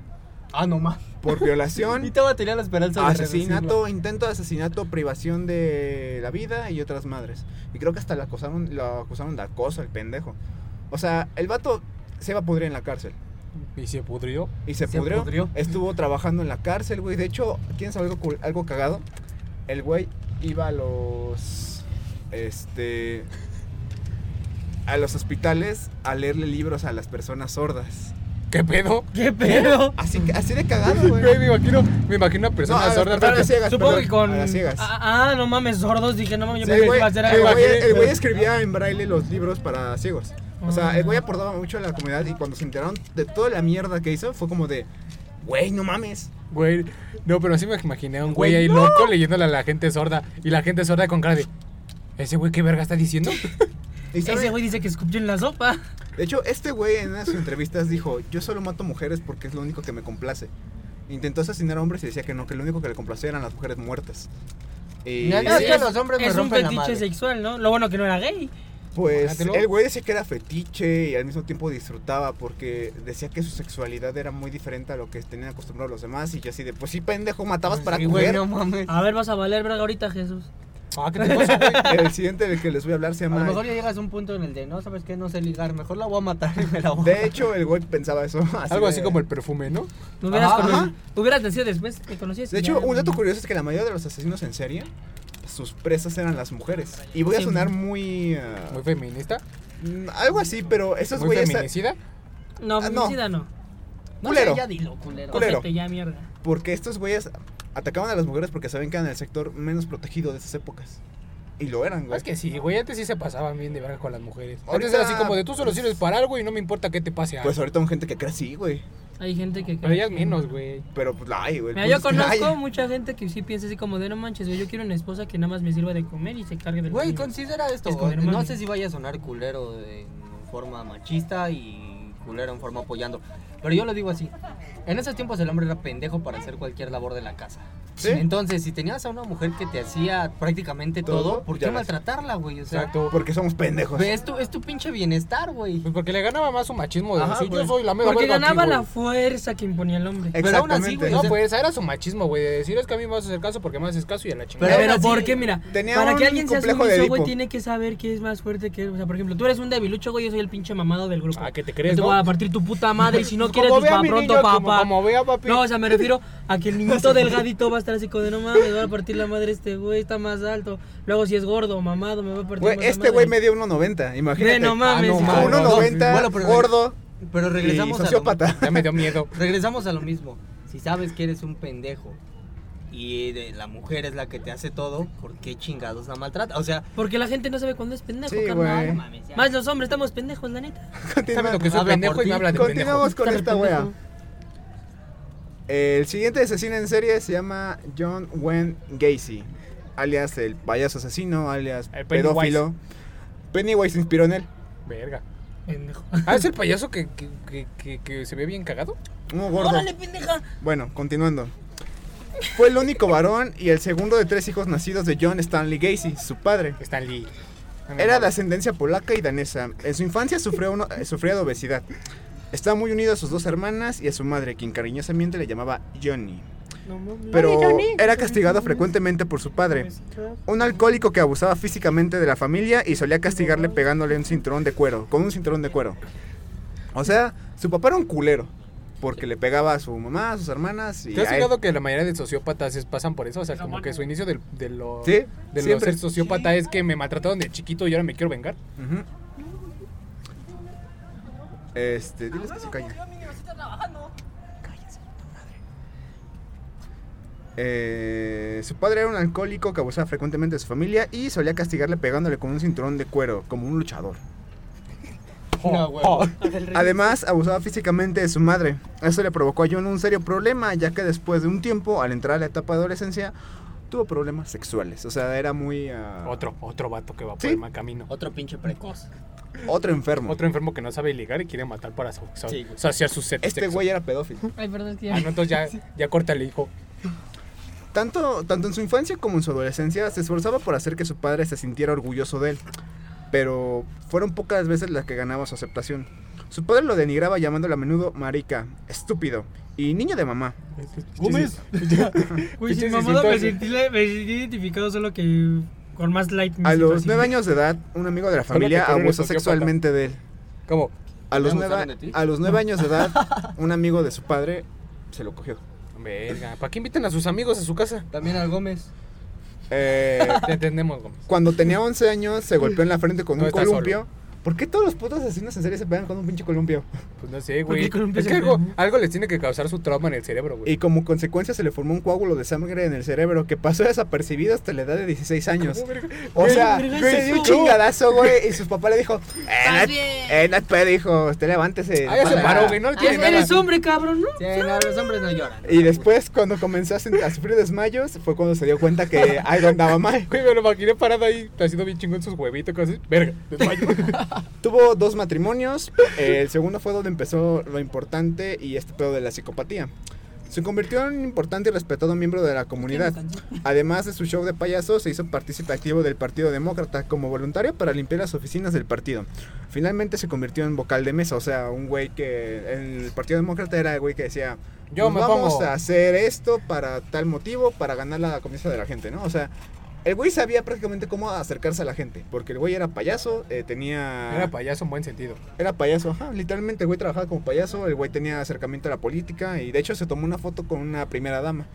S5: Ah, no más.
S2: Por
S5: Y
S2: violación,
S5: te va a tirar la esperanza de
S2: asesinato, intento de asesinato, privación de la vida y otras madres. Y creo que hasta lo acusaron, lo acusaron de acoso, el pendejo. O sea, el vato se va a pudrir en la cárcel.
S4: Y se pudrió.
S2: Y se,
S5: Se
S2: pudrió.
S5: pudrió.
S2: Estuvo trabajando en la cárcel, güey. De hecho, ¿quién sabe algo, cul- algo cagado? El güey iba a los. Este. A los hospitales a leerle libros a las personas sordas.
S4: ¿Qué pedo?
S6: ¿Qué pedo?
S2: Así, que- así de cagado, güey.
S4: Güey, me imagino, me imagino a personas
S2: No, a-
S4: sordas.
S2: pero a las
S4: ¿no?
S2: ciegas,
S6: Supongo
S2: perdón,
S6: que con.
S2: a las ciegas.
S6: Ah, ah, no mames, sordos. Dije, no mames, yo
S2: Sí,
S6: pensé que
S2: güey,
S6: iba a ser
S2: el
S6: algo.
S2: güey- el güey
S6: Eh,
S2: escribía en braille los libros para ciegos. O sea, el güey
S6: Ah.
S2: aportaba mucho a la comunidad y cuando se enteraron de toda la mierda que hizo, fue como de, güey, no mames.
S4: Güey, no, pero sí me imaginé a un güey
S2: Güey,
S4: ahí
S2: no.
S4: loco leyéndole a la gente sorda. Y la gente sorda con cara de. ¿Ese güey qué verga está diciendo?
S2: Y
S6: Ese
S2: saben-
S6: güey dice que escupió en la sopa.
S2: De hecho, este güey en una de sus entrevistas dijo, yo solo mato mujeres porque es lo único que me complace. Intentó asesinar a hombres y decía que no, que lo único que le complacía eran las mujeres muertas. Y
S5: No, no, Es que a los hombres me
S6: es un
S5: rompen la
S6: fetiche
S5: madre.
S6: sexual, ¿no? Lo bueno que no era gay.
S2: pues
S4: Imagínatelo.
S2: el güey decía que era fetiche y al mismo tiempo disfrutaba porque decía que su sexualidad era muy diferente a lo que tenían acostumbrados los demás y yo así de, pues sí, pendejo, matabas para Ah,
S5: Sí,
S2: coger.
S5: güey, no mames.
S6: A ver, vas a valer verga ahorita, Jesús.
S4: Ah, ¿qué te pasa, güey?
S2: El siguiente del que les voy a hablar se
S5: A lo
S2: llama...
S5: mejor ya llegas a un punto en el de, no, ¿sabes qué? No sé ligar, mejor la voy a matar y me la voy a...
S2: De hecho, el güey pensaba eso.
S4: Algo
S2: de-
S4: así como el perfume, ¿no?
S6: Me hubieras
S5: Ajá.
S6: conocido.
S2: Ajá.
S6: Hubieras nacido después, me conocías.
S2: De
S6: y
S2: hecho,
S6: ya,
S2: un dato
S6: güey.
S2: curioso es que la mayoría de los asesinos en serie, sus presas eran las mujeres. Y voy a
S6: Sí.
S2: sonar muy... ah,
S4: Muy feminista.
S2: mm, algo así, pero esos
S4: muy
S2: güeyes...
S4: feminicida.
S6: No,
S2: Ah, no.
S6: femicida no.
S5: No
S2: culero.
S5: sé, ya dilo, culero.
S2: Culero.
S6: Cógete ya, mierda.
S2: Porque estos güeyes atacaban a las mujeres porque saben que eran el sector menos protegido de esas épocas. Y lo eran, güey.
S4: Ah, Es que sí, güey, antes sí se pasaban bien de verga con las mujeres. Antes
S2: Ahorita,
S4: era así como de tú solo sirves para algo y no me importa qué te pase algo.
S2: Pues ahorita hay gente que cree así, güey.
S6: Hay gente que.
S4: Pero ellas menos, güey.
S2: Pero pues la hay, güey. el
S6: Mira,
S2: punto
S6: yo
S2: es que la
S6: conozco
S2: hay.
S6: mucha gente que sí piensa así como de no manches, güey, yo quiero una esposa que nada más me sirva de comer y se cargue del
S5: Güey,
S6: niño".
S5: considera esto.
S6: Es comer
S5: güey. no
S6: mami.
S5: sé si vaya a sonar culero de- en forma machista y culero en forma apoyando. Pero yo lo digo así. En esos tiempos el hombre era pendejo para hacer cualquier labor de la casa.
S2: Sí.
S5: Entonces, si tenías a una mujer que te hacía prácticamente todo,
S2: Todo,
S5: ¿por
S2: ya
S5: qué
S2: la-
S5: maltratarla, güey? O sea,
S4: Exacto.
S2: Porque somos pendejos.
S5: ve, es tu, es tu pinche bienestar, güey.
S4: Pues porque le ganaba más su machismo de
S2: Ajá,
S4: decir, yo
S2: güey.
S4: soy la mera
S6: Porque
S4: verga aquí,
S6: ganaba
S4: güey.
S6: la fuerza que imponía el hombre.
S5: pero aún así,
S2: Exactamente.
S5: güey,
S4: No,
S5: o sea-
S4: pues era su machismo, güey, de decir es que a mí me vas a hacer caso porque me haces caso y a la chingada.
S6: Pero,
S5: Pero
S6: pero
S5: aún así,
S6: porque, mira,
S2: tenía
S6: para que
S2: un
S6: alguien sea
S2: complejo de
S6: sumiso, güey,
S2: Edipo.
S6: tiene que saber que es más fuerte que él. O sea, por ejemplo, tú eres un debilucho, güey, yo soy el pinche mamado del grupo.
S4: Ah, ¿qué te crees,
S6: Yo te
S4: no?
S6: voy a partir tu puta madre y si no
S4: Como
S6: quieres, pues
S4: vea
S6: pa'
S4: mi
S6: pronto,
S4: niño,
S6: papá.
S4: como- como vea, papi.
S6: No, o sea, me refiero a que el niñito delgadito va a estar así como de no mames, me va a partir la madre este güey, está más alto. Luego si es gordo, mamado, me va a partir
S2: Güey,
S6: más la
S2: este güey
S6: madre.
S2: medía 1.90, imagínate. Ah,
S6: Ve, no mames.
S4: no
S2: Como
S4: mames.
S2: 1.90,
S5: Bueno, pero-
S2: gordo
S5: Pero
S2: y
S5: regresamos a lo,
S2: sociópata.
S4: Ya me dio miedo.
S5: regresamos a lo mismo. Si sabes que eres un pendejo y de- la mujer es la que te hace todo, ¿por qué chingados la maltrata? O sea,
S6: Porque la gente no sabe cuándo es pendejo,
S2: Sí,
S6: carnal.
S2: güey.
S5: mames, ya.
S6: Más los hombres estamos pendejos, la neta.
S4: Sabe
S2: Continúa.
S4: lo que soy
S5: Habla
S4: pendejo
S5: por
S4: y me
S5: ti.
S4: habla de pendejo.
S2: Continuamos con esta wea. El siguiente asesino en serie se llama John Wayne Gacy, alias el payaso asesino, alias
S4: El Pennywise.
S2: pedófilo. Pennywise se inspiró en él.
S4: Verga.
S6: Pendejo.
S4: Ah, es el payaso que, que, que, que, que se ve bien cagado.
S2: Un gordo.
S6: Órale, pendeja.
S2: Bueno, continuando. Fue el único varón y el segundo de tres hijos nacidos de John Stanley Gacy, su padre.
S4: Stan Lee.
S2: Era de ascendencia polaca y danesa. En su infancia sufrió, uno- eh, sufría de obesidad. Estaba muy unido a sus dos hermanas y a su madre, quien cariñosamente le llamaba Johnny. Pero era castigado frecuentemente por su padre, un alcohólico que abusaba físicamente de la familia y solía castigarle pegándole un cinturón de cuero, con un cinturón de cuero. O sea, su papá era un culero, porque le pegaba a su mamá, a sus hermanas y
S4: ¿Te has
S2: a él.
S4: fijado que la mayoría de sociópatas es- pasan por eso? O sea, como que su inicio del, de lo,
S2: Sí,
S4: de lo
S2: siempre.
S4: ser sociópata es que me maltrataron de chiquito y ahora me quiero vengar.
S2: Ujú. Este, diles que se callen. Cállense, tu madre. Eh, su padre era un alcohólico que abusaba frecuentemente de su familia y solía castigarle pegándole con un cinturón de cuero, como un luchador.
S5: No, güey.
S2: Además, abusaba físicamente de su madre. Eso le provocó a John un serio problema, ya que después de un tiempo, al entrar a la etapa de adolescencia, tuvo problemas sexuales. O sea, era muy... ah,
S4: Otro, otro vato que va por
S2: Sí.
S4: el mal camino.
S5: Otro pinche precoz.
S2: Otro enfermo.
S4: Otro enfermo que no sabe ligar y quiere matar para sa- sa-
S5: Sí, güey.
S4: saciar su sed.
S2: Este
S4: sexual.
S2: güey era pedófilo.
S6: Ay, perdón, es que
S4: Ah, no, entonces ya, ya córtale, hijo.
S2: Tanto, tanto en su infancia como en su adolescencia se esforzaba por hacer que su padre se sintiera orgulloso de él, pero fueron pocas veces las que ganaba su aceptación. Su padre lo denigraba llamándolo a menudo marica, estúpido y niño de mamá.
S4: Gómez.
S6: Güey, sin
S4: Pinches
S6: mamada me
S4: insultos.
S6: sentí, me sentí identificado solo que con más light. mi
S2: A los
S6: situación.
S2: nueve años de edad, un amigo de la familia
S4: que tú eres
S2: abusó
S4: sociópata.
S2: sexualmente de él.
S4: ¿Cómo?
S2: A los,
S5: ¿Ya
S2: nueve,
S5: abusaron de ti?
S2: a los nueve años de edad, un amigo de su padre se lo cogió.
S4: Verga, ¿para qué invitan a sus amigos a su casa?
S5: También al Gómez.
S2: Eh,
S4: Te entendemos, Gómez.
S2: Cuando tenía 11 años, se golpeó en la frente con
S4: Tú
S2: un
S4: estás
S2: columpio ¿Por qué todos los putos asesinos en serie se pegan con un pinche columpio?
S4: Pues no sé,
S6: ¿Por qué
S4: güey.
S6: con un
S4: Es que
S6: pez
S4: algo,
S6: enfermo?
S4: algo les tiene que causar su trauma en el cerebro, güey.
S2: Y como consecuencia se le formó un coágulo de sangre en el cerebro que pasó desapercibido hasta la edad de 16 años. O
S4: Güey,
S2: sea,
S6: verga,
S2: se
S6: eso.
S2: dio un chingadazo, güey, y su papá le dijo, eh,
S6: Estás
S2: Nat-
S6: bien.
S2: eh, Nat, pues, dijo, usted levántese.
S4: Ah, ya se
S2: pasa
S4: paró,
S2: nada".
S4: güey, no le tiene
S6: Eres, eres
S4: nada.
S6: hombre, cabrón, ¿no?
S5: Sí, no, los hombres no lloran.
S2: Y después, cuando comenzó a sen- a sufrir desmayos, fue cuando se dio cuenta que algo andaba mal.
S4: Güey, me lo imaginé parado ahí, haciendo bien chingón sus huevitos, cosas. así. Verga,
S2: Pues
S4: desmayo.
S2: Tuvo dos matrimonios. eh, El segundo fue donde empezó lo importante y este pedo de la psicopatía. Se convirtió en un importante y respetado miembro de la comunidad. Además de su show de payaso, se hizo partícipe activo del Partido Demócrata como voluntario para limpiar las oficinas del partido. Finalmente se convirtió en vocal de mesa, o sea, un güey que en el Partido Demócrata era el güey que decía,
S4: Yo
S2: "Pues
S4: me
S2: vamos
S4: pongo".
S2: a hacer esto para tal motivo, para ganar la confianza de la gente, ¿no? O sea, el güey sabía prácticamente cómo acercarse a la gente, porque el güey era payaso, eh, tenía...
S4: Era payaso en buen sentido.
S2: Era payaso, ajá. Literalmente el güey trabajaba como payaso, el güey tenía acercamiento a la política y de hecho se tomó una foto con una primera dama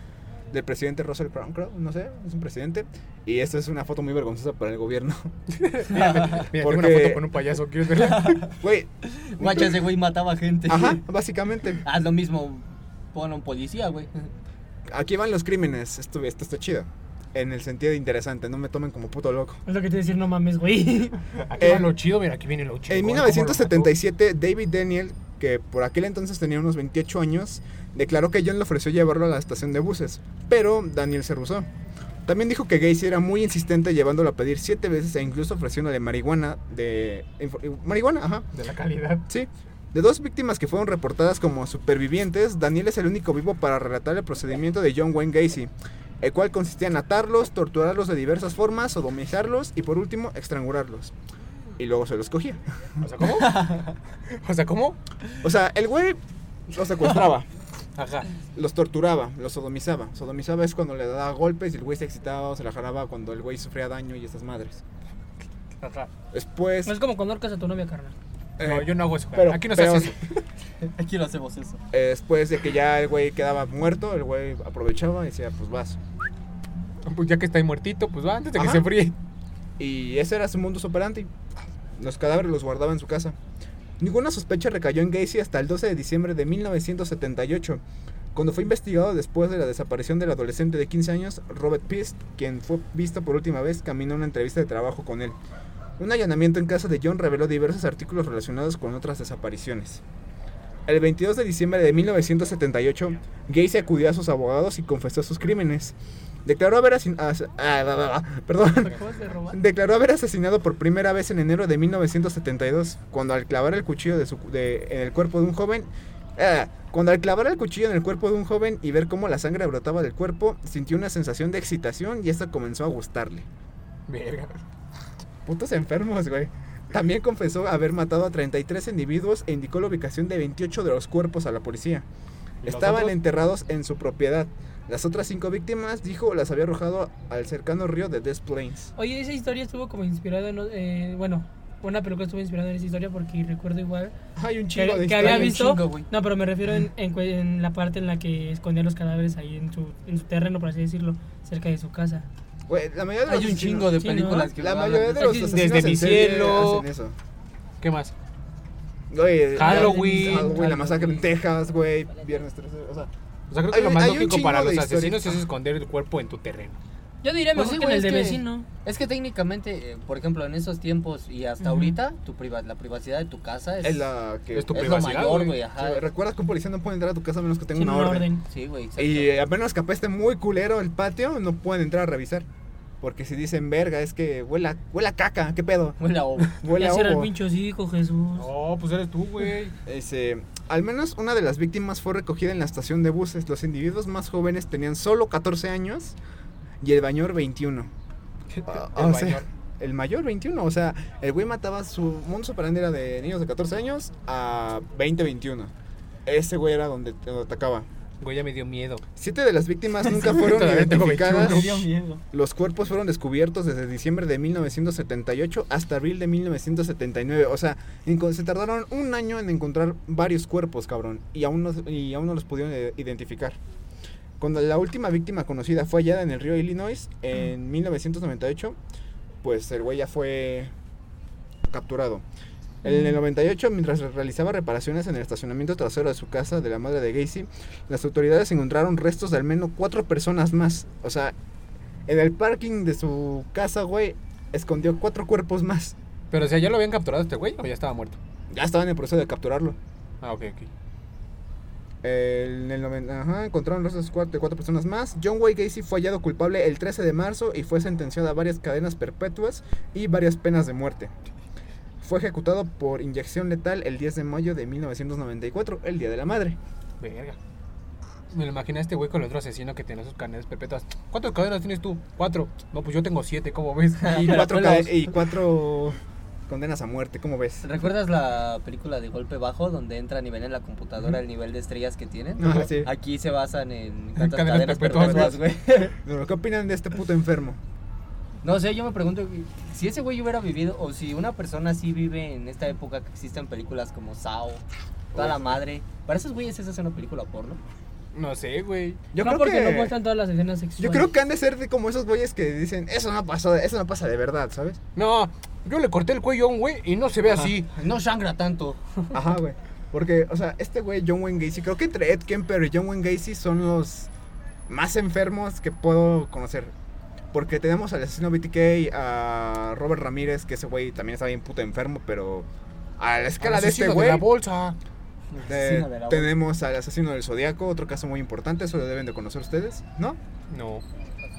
S2: del presidente Russell Crown, creo, no sé, es un presidente. Y esta es una foto muy vergonzosa para el gobierno.
S4: Mira,
S2: Porque-
S4: tengo una foto con un payaso, ¿quieres verla?
S2: Güey,
S5: Guacha, ese güey mataba gente.
S2: ajá, básicamente.
S5: Haz lo mismo, pon a un policía, güey.
S2: Aquí van los crímenes, esto, esto está chido. En el sentido de interesante, no me tomen como puto loco.
S6: Es lo que te decir, no mames, güey.
S4: Aquí
S2: Eh,
S4: va lo chido, mira, aquí viene lo chido.
S2: En 1977, David Daniel, que por aquel entonces tenía unos 28 años, declaró que John le ofreció llevarlo a la estación de buses, pero Daniel se rehusó. También dijo que Gacy era muy insistente llevándolo a pedir siete veces e incluso ofreciéndole marihuana de... inf- Marihuana, ajá.
S4: De la calidad.
S2: Sí. De dos víctimas que fueron reportadas como supervivientes, Daniel es el único vivo para relatar el procedimiento de John Wayne Gacy, el cual consistía en atarlos, torturarlos de diversas formas, sodomizarlos y por último estrangularlos. Y luego se los cogía.
S4: O sea, ¿cómo? O sea, ¿cómo?
S2: O sea, el güey los secuestraba,
S5: Ajá.
S2: los torturaba, los sodomizaba. Sodomizaba es cuando le daba golpes y el güey se excitaba o se la jalaba cuando el güey sufría daño y esas madres.
S4: Ajá.
S2: Después.
S6: No es como cuando ahorcas a tu novia, carnal.
S4: No,
S2: eh,
S4: yo no hago eso.
S2: pero-
S4: Aquí no
S2: pero-
S4: se hace eso.
S5: Aquí lo hacemos eso.
S2: eh, después de que ya el güey quedaba muerto, el güey aprovechaba y decía, pues vas.
S4: Pues ya que está ahí muertito, pues va, antes de que
S2: Ajá.
S4: se fríe.
S2: Y ese era su mundo operandi. Los cadáveres los guardaba en su casa. Ninguna sospecha recayó en Gacy hasta el 12 de diciembre de 1978, cuando fue investigado después de la desaparición del adolescente de 15 años, Robert Pist, quien fue visto por última vez camino a una entrevista de trabajo con él. Un allanamiento en casa de John reveló diversos artículos relacionados con otras desapariciones. El 22 de diciembre de 1978, Gacy acudió a sus abogados y confesó sus crímenes. Declaró haber asesinado... perdón.
S6: Acabas de robar.
S2: Declaró haber asesinado por primera vez en enero de 1972, cuando al clavar el cuchillo de su, de- en el cuerpo de un joven... ah, cuando al clavar el cuchillo en el cuerpo de un joven y ver cómo la sangre brotaba del cuerpo, sintió una sensación de excitación y esta comenzó a gustarle.
S4: Verga.
S2: Putos enfermos, güey. También confesó haber matado a 33 individuos e indicó la ubicación de 28 de los cuerpos a la policía.
S4: ¿Y los
S2: Estaban
S4: otros?
S2: enterrados en su propiedad. Las otras cinco víctimas, dijo, las había arrojado al cercano río de Des Plaines.
S6: Oye, esa historia estuvo como inspirada en. eh, bueno, una película estuvo inspirada en esa historia porque recuerdo igual.
S2: Hay un
S6: Que,
S2: chingo de
S6: que había
S2: historias.
S6: visto.
S5: chingo, güey.
S6: no, pero me refiero en, en cu- en la parte en la que escondía los cadáveres ahí en su, en su terreno, por así decirlo, cerca de su casa.
S2: Güey, la mayoría de los
S5: Hay un
S2: asesinos-
S5: chingo de
S6: Sí, ¿no?
S5: películas que
S2: La
S5: lo hablan
S2: mayoría de los
S6: Hay-
S2: asesinos
S4: desde
S2: en
S4: mi
S2: serie
S4: cielo.
S2: hacen eso.
S4: ¿Qué más?
S2: Güey, eh,
S4: Halloween.
S2: Halloween, la masacre en Texas, güey, viernes 13, o sea,
S4: O sea, creo que
S2: Hay
S4: lo
S2: un-
S4: más
S2: hay un
S4: lógico
S2: chingo
S4: para
S2: de
S4: los
S2: historias.
S4: asesinos es esconder el cuerpo en tu terreno.
S6: Yo diría
S5: Pues
S6: mejor
S5: sí,
S6: que en
S5: güey,
S6: el de
S5: es que-
S6: vecino.
S5: Es que técnicamente, eh, por ejemplo, en esos tiempos y hasta
S6: Ujú.
S5: ahorita, tu priva- la privacidad de tu casa es,
S2: es la que
S4: Es tu
S5: es lo
S4: privacidad,
S5: mayor,
S4: güey.
S5: güey. Ajá.
S2: recuerdas que un policía no puede entrar a tu casa a menos que tenga
S6: Sin
S2: una orden.
S5: Sí, güey. exacto.
S2: Y eh, a menos que apeste muy culero el patio, no pueden entrar a revisar. Porque si dicen verga, es que huele a, huele a caca, ¿qué pedo?
S5: Huele a ovo.
S2: Huele
S6: Ya
S2: a
S6: será el
S2: ovo.
S6: pincho hijo Jesús.
S4: No, pues eres tú, güey.
S2: Dice, Este, al menos una de las víctimas fue recogida en la estación de buses. Los individuos más jóvenes tenían solo 14 años y el bañor 21. Ah,
S4: El
S2: o sea,
S4: mayor.
S2: el mayor 21, o sea, el güey mataba su mundo operandi era de niños de 14 años a 20, 21. Ese güey era donde te lo atacaba.
S4: Güey, ya me dio miedo.
S2: Siete de las víctimas nunca fueron
S4: Todavía tengo
S2: identificadas.
S4: 21.
S2: Los cuerpos fueron descubiertos desde diciembre de 1978 hasta abril de 1979. O sea, encon- se tardaron un año en encontrar varios cuerpos, cabrón. Y aún no, y aún no los pudieron eh, identificar. Cuando la última víctima conocida fue hallada en el río Illinois en 1998, pues el güey ya fue capturado. En el 98, mientras realizaba reparaciones en el estacionamiento trasero de su casa de la madre de Gacy, las autoridades encontraron restos de al menos cuatro personas más. O sea, en el parking de su casa, güey, escondió cuatro cuerpos más.
S4: Pero, o sea, ¿ya lo habían capturado este güey o ya estaba muerto?
S2: Ya estaban en el proceso de capturarlo.
S4: Ah, ok, ok.
S2: El- en el noven- ajá, encontraron restos cuat- de cuatro personas más. John Wayne Gacy fue hallado culpable el 13 de marzo y fue sentenciado a varias cadenas perpetuas y varias penas de muerte. Fue ejecutado por inyección letal el 10 de mayo de 1994, el Día de la Madre.
S4: Verga. Me lo imaginé a este güey con el otro asesino que tenía sus cadenas perpetuas. ¿Cuántas cadenas tienes tú? Cuatro. No, pues yo tengo siete, ¿cómo ves?
S6: Ah,
S2: Y
S5: Pero
S2: cuatro,
S5: pelos.
S2: ca- y cuatro condenas a muerte, ¿cómo ves?
S5: ¿Recuerdas la película de Golpe Bajo donde entran y ven en la computadora el nivel de estrellas que tienen?
S2: Ajá, sí.
S5: Aquí se basan en tantas cadenas
S4: Cadenas perpetuas.
S5: perpetuas, güey.
S2: Pero, ¿Qué opinan de este puto enfermo?
S5: No sé, yo me pregunto si ese güey hubiera vivido o si una persona así vive en esta época que existen películas como Sao, Toda la Madre. Para esos güeyes esa es una película porno.
S4: No sé, güey.
S2: Yo
S6: no
S2: creo
S6: porque
S2: que
S6: no muestran todas las escenas sexuales.
S2: yo creo que han de ser de como esos güeyes que dicen, eso no pasó, eso no pasa de verdad, ¿sabes?
S4: No, yo le corté el cuello a un güey y no se ve así.
S2: Ah,
S5: No sangra tanto.
S2: Ajá, güey. Porque, o sea, este güey, John Wayne Gacy, creo que entre Ed Kemper y John Wayne Gacy son los más enfermos que puedo conocer. Porque tenemos al asesino BTK, a Robert Ramírez, que ese güey también está bien puto enfermo, pero a la escala de
S4: Asesino
S2: este güey,
S4: la bolsa.
S2: de-
S5: Asesino de la voz.
S2: tenemos al asesino del Zodíaco, otro caso muy importante, eso lo deben de conocer ustedes, ¿no?
S4: No.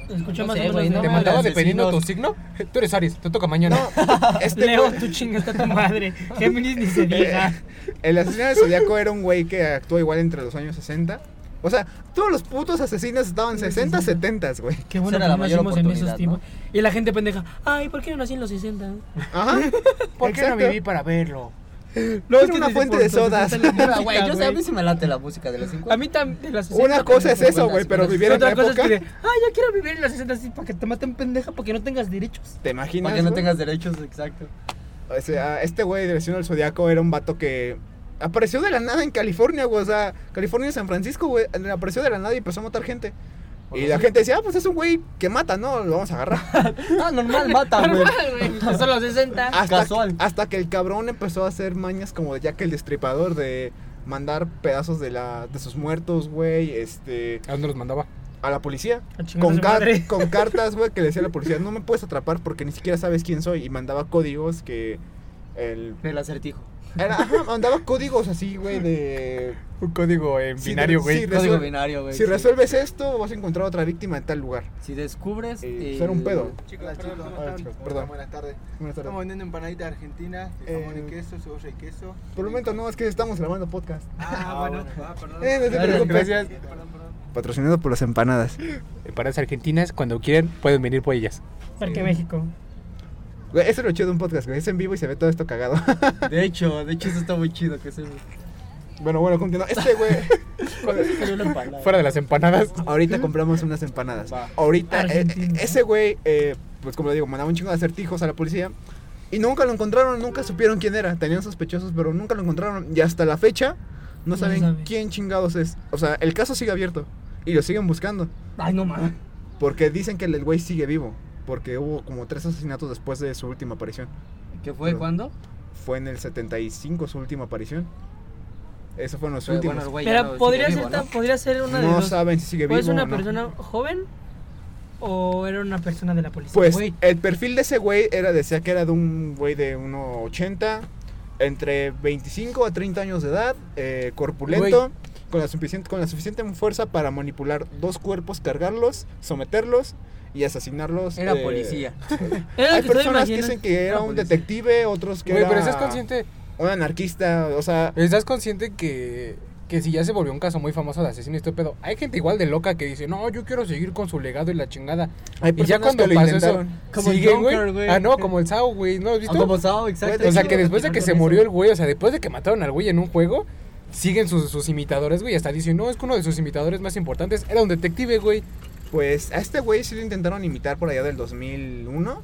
S6: Escuché
S5: No
S6: más
S5: sé,
S6: o
S5: güey,
S6: menos.
S5: no
S4: ¿Te
S5: me
S6: ¿no?
S4: mandaba
S5: hagas
S4: dependiendo tu
S5: asesinos.
S4: signo? Tú eres Aries, te toca mañana.
S2: No, este
S6: Leo,
S2: güey-
S6: tu chingas a tu madre. Géminis ni se diga.
S2: El asesino del Zodíaco era un güey que actuó igual entre los años 60. O sea, todos los putos asesinos estaban 60, 70, güey.
S6: Qué
S5: Esa
S6: bueno
S5: era
S6: que
S5: la
S6: no
S5: mayor
S6: nacimos en esos
S5: oportunidad,
S6: tiempos. Y la gente pendeja, ay, ¿por qué no nací en los 60?
S2: Ajá.
S4: ¿Por qué no
S2: exacto.
S4: viví para verlo?
S2: No, es
S6: que
S2: una
S6: te
S2: fuente de
S6: importa,
S2: sodas.
S6: te importa la
S5: Pero, güey, yo sé, a mí
S6: música,
S5: se me late la música de los 50.
S6: A mí también, las 60.
S2: Una cosa es eso, güey, pero vivir en la
S6: Otra cosa es que,
S2: época.
S6: de, ay, yo quiero vivir en los 60 así para que te maten pendeja, porque no tengas derechos.
S2: ¿Te imaginas?
S5: Para que no
S2: güey?
S5: tengas derechos, exacto.
S2: O sea, este güey del asesino del Zodíaco era un vato que apareció de la nada en California, güey. O sea, California y San Francisco, güey. Apareció de la nada y empezó a matar gente. Y la gente decía, ah, pues es un güey que mata, ¿no? Lo vamos a agarrar.
S5: Ah, normal, mata, güey.
S6: Hasta los 60.
S2: hasta,
S5: Casual.
S2: Que, hasta que el cabrón empezó a hacer mañas como de Jack el Destripador, de mandar pedazos de, la, de sus muertos, güey, este,
S4: ¿A dónde los mandaba?
S2: a la policía.
S6: A chingar a
S2: Con,
S6: Ah, su
S2: car-
S6: madre.
S2: con cartas, güey, que le decía a la policía, no me puedes atrapar porque ni siquiera sabes quién soy. Y mandaba códigos que... El,
S5: El acertijo.
S2: era- ajá, mandaba códigos así, güey, de...
S4: Un código en
S2: Sí,
S4: binario,
S2: sí,
S4: güey.
S2: Resuel-
S5: Código binario,
S3: Pues
S5: güey.
S2: Si resuelves esto, vas a encontrar otra víctima en tal lugar.
S5: Si descubres.
S2: Eh,
S5: el-
S2: pues era un pedo.
S3: Chicos, perdón, ¿cómo
S2: Hola,
S3: están?
S2: chicos, perdón.
S3: Buenas tardes.
S2: Buenas tardes.
S3: Estamos vendiendo empanaditas de Argentina, de jamón
S2: Eh,
S3: y queso, cebolla y queso.
S2: Por el momento no, es que estamos grabando podcast.
S3: Ah, bueno, ah, perdón.
S2: Eh, no te
S5: Gracias,
S2: preocupes.
S4: gracias.
S3: Perdón, perdón.
S2: Patrocinado por las empanadas.
S4: Para las argentinas, cuando quieren, pueden venir por ellas.
S6: Porque México.
S2: Güey, eso es lo chido de un podcast, güey. Es en vivo y se ve todo esto cagado.
S5: De hecho, de hecho, eso está muy chido. Que se.
S2: bueno, bueno, continúa. Este güey.
S4: Fuera de las empanadas.
S2: Ahorita compramos unas empanadas. Ahorita, eh, eh,
S6: Argentina.
S2: ese güey, eh, pues como le digo, mandaba un chingo de acertijos a la policía. Y nunca lo encontraron, nunca supieron quién era. Tenían sospechosos, pero nunca lo encontraron. Y hasta la fecha, no
S6: No
S2: saben
S6: sabe.
S2: quién chingados es. O sea, el caso sigue abierto. Y lo siguen buscando.
S6: Ay, no mames.
S2: Porque dicen que el güey sigue vivo. Porque hubo como tres asesinatos después de su última aparición.
S5: ¿Qué fue?
S2: Pero-
S5: ¿Cuándo?
S2: Fue en el 75 su última aparición. Eso fueron los
S5: Fue-
S2: últimos.
S5: Bueno, el güey ya no
S6: Pero
S5: sigue
S6: podría,
S5: vivo,
S6: ser,
S5: ¿no?
S6: tan- podría ser una de
S2: No
S6: dos.
S2: saben si sigue
S6: ¿O
S2: vivo
S6: es una
S2: o no.
S6: persona joven o era una persona de la policía?
S2: Pues
S5: Güey.
S2: el perfil de ese güey era decía que era de un güey de 1.80, entre 25 a 30 años de edad, eh, corpulento, con la suficiente con la suficiente fuerza para manipular dos cuerpos, cargarlos, someterlos y asesinarlos.
S5: Era
S2: eh,
S5: policía.
S6: Era
S2: Hay
S6: lo que estoy
S2: personas que
S6: imaginando.
S2: dicen que era
S5: Era
S2: un
S5: policía.
S2: detective, otros que
S4: Güey,
S2: era
S4: pero estás consciente,
S2: un anarquista, o sea,
S4: estás consciente que, que si ya se volvió un caso muy famoso de asesino y este pedo, hay gente igual de loca que dice, no, yo quiero seguir con su legado y la chingada.
S2: hay
S4: y ya
S2: personas
S4: cuando
S2: que lo
S4: pasó eso,
S2: intentaron.
S5: Como el
S4: siguen,
S5: Joker,
S4: güey.
S5: güey.
S4: Ah, no, como el Sao, güey, ¿no lo has
S5: Ah,
S4: visto?
S5: Como Sao, exacto.
S4: O sea, que
S5: Quiero
S4: después de
S5: continuar
S4: que
S5: con
S4: se
S5: eso.
S4: murió el güey, o sea, después de que mataron al güey en un juego, siguen sus, sus imitadores, güey. Hasta dicen, no, es que uno de sus imitadores más importantes era un detective, güey.
S2: Pues a este güey sí lo intentaron imitar por allá del 2001,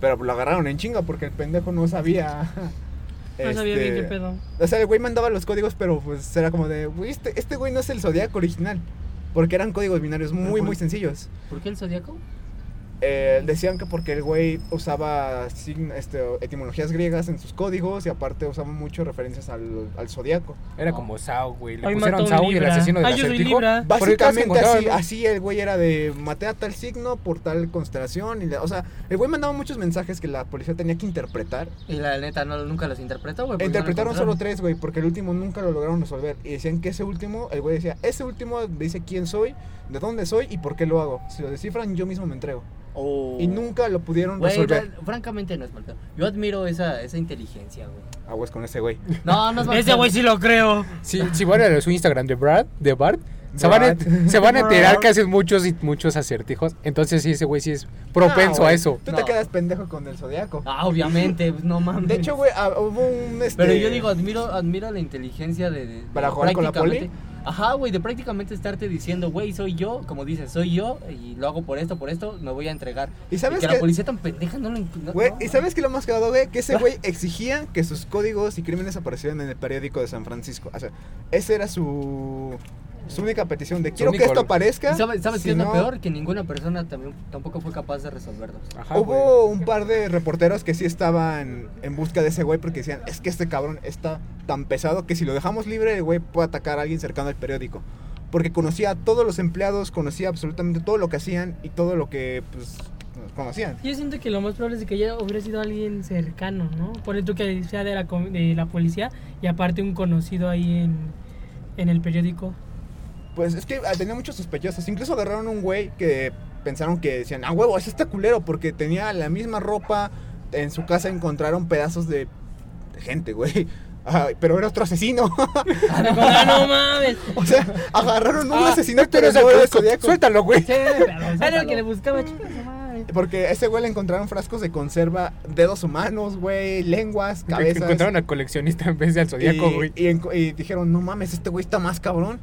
S2: pero lo agarraron en chinga porque el pendejo no sabía.
S6: No sabía
S2: este,
S6: bien qué pedo.
S2: O sea, el güey mandaba los códigos, pero pues era como de, "Güey, este, este güey no es el zodiaco original, porque eran códigos binarios muy, muy sencillos.
S5: ¿Por qué el zodiaco?
S2: Eh, decían que porque el güey usaba sign- este, etimologías griegas en sus códigos y aparte usaba mucho referencias al, al zodiaco.
S4: Era
S5: No.
S4: como Sao, güey. Le
S6: Hoy
S4: pusieron
S6: mató un
S4: Sao y el
S6: Libra.
S4: asesino del
S6: Ay, yo soy
S4: acertijo.
S6: Libra.
S4: Porque cada vez que
S2: Básicamente así,
S4: encontraban-
S2: así el güey era de maté a tal signo por tal constelación. Y la- o sea, el güey mandaba muchos mensajes que la policía tenía que interpretar. E
S5: Y la neta no, nunca los interpretó, güey. porque no lo
S2: Interpretaron solo
S5: encontraron.
S2: tres, güey, porque el último nunca lo lograron resolver. Y decían que ese último, el güey decía, ese último dice quién soy, de dónde soy y por qué lo hago. Si lo descifran, yo mismo me entrego.
S5: Oh.
S2: Y nunca lo pudieron
S5: Güey,
S2: resolver.
S5: no, francamente no es mal pedo. Yo admiro esa, esa inteligencia, güey.
S2: Aguas con ese Ah, güey.
S5: No, no es mal
S6: Ese
S5: pedo.
S6: güey sí lo creo.
S4: Si, si van a su Instagram de Brad, de Bart, se van, a,
S2: Brad.
S4: se van a enterar
S2: Brad.
S4: que hacen muchos y muchos acertijos. Entonces sí, ese güey sí es propenso
S2: No,
S4: a
S2: güey,
S4: eso.
S2: Tú te
S5: No.
S2: quedas pendejo con el zodiaco.
S5: Ah, obviamente, pues, no mames.
S2: De hecho, güey, ah, hubo un. Este,
S5: Pero yo digo, admiro, admiro la inteligencia de. de-
S2: ¿Para
S5: de
S2: jugar con la
S5: prácticamente- Ajá, güey, de prácticamente estarte diciendo, güey, soy yo, como dices, soy yo, y lo hago por esto, por esto, me voy a entregar.
S2: ¿Y sabes
S5: que
S2: qué?
S5: la policía tan pendeja no lo encu- no-
S2: Güey,
S5: no,
S2: ¿y sabes qué lo más cagado, güey? Que ese güey exigía que sus códigos y crímenes aparecieran en el periódico de San Francisco. O sea, esa era su, su única petición de quiero que
S4: único-
S2: esto aparezca.
S5: ¿Y ¿Sabes, sabes
S2: si
S5: qué es
S2: no-
S5: lo peor? Ah, Que ninguna persona también, tampoco fue capaz de resolverlos.
S4: Ajá, güey.
S2: Hubo un par de reporteros que sí estaban en busca de ese güey porque decían, es que este cabrón está tan pesado que si lo dejamos libre, el güey puede atacar a alguien cercano al periódico. Porque conocía a todos los empleados, conocía absolutamente todo lo que hacían y todo lo que, pues, conocían.
S6: Yo siento que lo más probable es que ya hubiera sido alguien cercano, ¿no? Por eso que sea de la, com- de la policía y aparte un conocido ahí en, en el periódico.
S2: Pues es que ah, tenía muchos sospechosos. Incluso agarraron un güey que pensaron que decían, ah, huevo, es este culero porque tenía la misma ropa. En su casa encontraron pedazos de de gente, güey. Ay, pero era otro asesino.
S6: Ah, no mames.
S2: o sea, agarraron un
S4: Ah,
S2: asesino,
S4: este
S2: pero
S4: no es el
S2: no era el
S4: Cusco.
S2: Zodíaco.
S4: Suéltalo, güey.
S6: Era el que le buscaba chicas, no mames.
S2: Porque a ese güey le encontraron frascos de conserva, dedos humanos, güey, lenguas,
S4: Que
S2: cabezas.
S4: Encontraron al coleccionista en vez de al zodiaco, güey.
S2: y, y enco- y dijeron, no mames, este güey está más cabrón.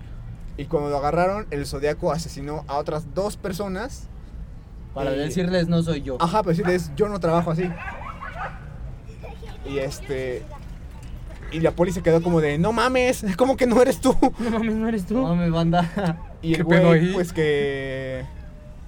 S2: Y cuando lo agarraron, el Zodíaco asesinó a otras dos personas.
S5: Para
S2: Y-
S5: decirles, no soy yo.
S2: Ajá, pues sí, es, yo no trabajo así. Y este... Y la poli se quedó como de, no mames, ¿cómo que no eres tú?
S6: No mames, no eres tú.
S5: No me banda.
S2: Y el
S4: ¿Qué pedo
S2: güey,
S4: ahí?
S2: pues que...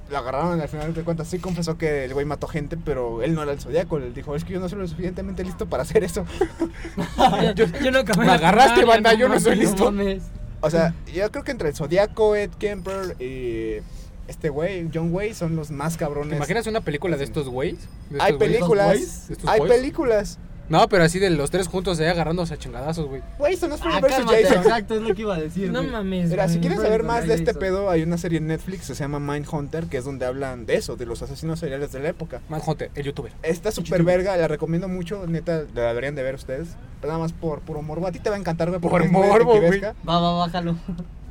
S2: Lo agarraron al final de cuentas. Sí confesó que el güey mató gente, pero él no era el Zodíaco. Él dijo, es que yo no soy lo suficientemente listo para hacer eso.
S6: yo, yo no acabé
S4: Me
S6: la
S4: agarraste,
S6: primaria,
S4: banda, yo no soy
S6: mames,
S4: listo.
S6: mames.
S2: O sea, yo creo que entre el Zodíaco, Ed Kemper y este güey, John Way, son los más cabrones.
S4: ¿Te imaginas una película de estos güeyes? ¿De
S2: Hay
S4: estos güeyes?
S2: películas.
S4: ¿De estos
S2: Hay
S4: boys?
S2: películas.
S4: No, pero así de los tres juntos ahí agarrándose a chingadazos, güey.
S2: Güey, eso no es
S5: Ah,
S2: Freddy vs.
S5: cálmate,
S2: Jason.
S5: exacto, es lo que iba a decir.
S6: No
S5: güey.
S6: mames.
S2: Mira, si
S6: güey.
S2: quieres saber
S5: Freddy
S2: más
S5: vs.
S2: de este
S5: Jason.
S2: pedo, hay una serie en Netflix que se llama Mindhunter, que es donde hablan de eso, de los asesinos seriales de la época.
S4: Manhunter, el youtuber.
S2: Está súper verga, la recomiendo mucho, neta, la deberían de ver ustedes. Pero nada más por puro morbo. A ti te va a encantar, güey, porque
S4: Por
S2: es muy
S4: morbo, güey.
S2: detectivesca.
S5: Va, va, bájalo.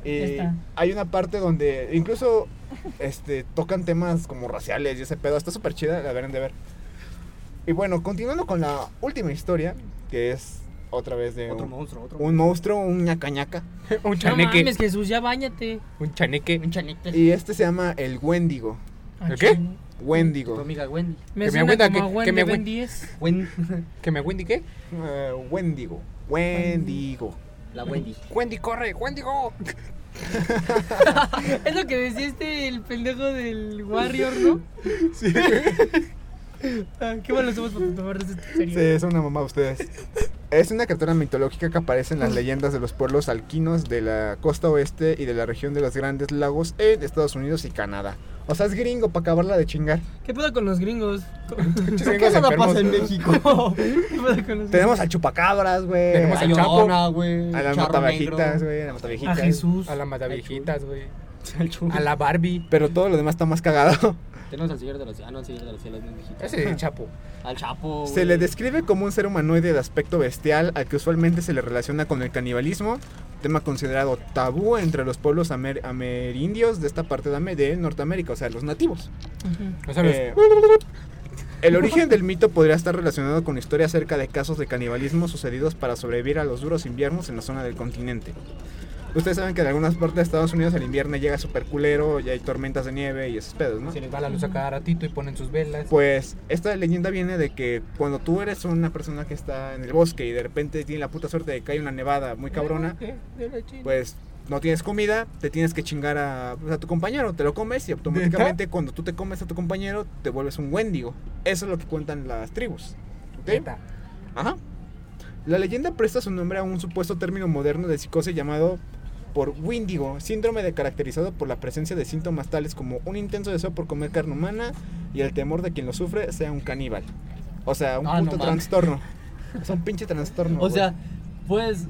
S2: Eh,
S6: Ya está.
S2: hay una parte donde incluso este, tocan temas como raciales y ese pedo. Está súper chida, la verán de ver. Y bueno, continuando con la última historia, que es otra vez de
S5: Otro
S2: un,
S5: monstruo, otro
S2: un monstruo, un ñacañaca.
S4: un
S6: No
S4: chaneque.
S6: mames, Jesús, ya bañate.
S4: un chaneque.
S5: Un chanete.
S2: Y este se llama el Wendigo.
S6: Ah,
S4: ¿El qué?
S6: chinga.
S5: Tu
S2: Wendigo.
S5: amiga Wendy.
S6: Me
S4: Que me
S6: suena
S4: agüita,
S6: como a
S4: que-
S6: Gwen
S4: que me
S6: de Ben
S4: agüita.
S6: 10.
S5: Wen-
S4: ¿Que me Wendy qué?
S2: Eh, Wendigo. Wendigo.
S5: La Wendy.
S4: Wendy corre, Wendy go.
S2: Eh,
S6: Es lo que decía este, el pendejo del Warrior, ¿no?
S4: Sí.
S6: Ah, qué bueno somos para tomar esta
S2: Sí,
S6: serie.
S2: es una mamá ustedes. Es una criatura mitológica que aparece en las leyendas de los pueblos alquinos de la costa oeste y de la región de los grandes lagos en Estados Unidos y Canadá. O sea, es gringo para acabarla de chingar.
S6: ¿Qué pedo con los gringos?
S4: ¿Por qué
S5: no pasa en México?
S6: ¿Qué pedo con los
S2: Tenemos al chupacabras, güey.
S4: Tenemos
S2: a,
S4: al
S5: La
S4: Chapo.
S5: Llorona, güey.
S2: a las
S5: Charro
S2: matabajitas,
S5: Negro.
S2: güey. A las matabajitas.
S6: A Ah,
S5: eh,
S6: Jesús.
S4: A la mataviejitas, güey. A la Barbie.
S2: Pero todo lo demás está más cagado.
S5: Tenemos al Señor de los Cielos. Ah, no, al Señor de los Cielos, no es mexicano.
S4: Ese es el Chapo.
S5: Al Chapo.
S2: Se
S5: güey.
S2: le describe como un ser humanoide de aspecto bestial al que usualmente se le relaciona con el canibalismo, tema considerado tabú entre los pueblos amer- amerindios de esta parte de, Ame- de Norteamérica, o sea, los nativos.
S6: Ujú.
S4: No sabes. uh,
S2: Eh, el origen del mito podría estar relacionado con historias acerca de casos de canibalismo sucedidos para sobrevivir a los duros inviernos en la zona del continente. Ustedes saben que en algunas partes de Estados Unidos el invierno llega súper culero y hay tormentas de nieve y esos pedos, ¿no?
S4: Se les va la luz a cada ratito y ponen sus velas.
S2: Pues esta leyenda viene de que cuando tú eres una persona que está en el bosque y de repente tiene la puta suerte de que hay una nevada muy cabrona,
S4: De la China.
S2: pues no tienes comida, te tienes que chingar a, pues, a tu compañero, te lo comes y automáticamente cuando tú te comes a tu compañero te vuelves un Wendigo. Eso es lo que cuentan las tribus. ¿ok?
S4: Neta.
S2: Ajá. La leyenda presta su nombre a un supuesto término moderno de psicosis llamado por Windigo, síndrome de caracterizado por la presencia de síntomas tales como un intenso deseo por comer carne humana y el temor de quien lo sufre sea un caníbal. O sea, un
S5: Ah, no
S2: puto
S5: mames.
S2: trastorno. O sea, un pinche trastorno.
S5: O
S2: güey.
S5: sea, puedes,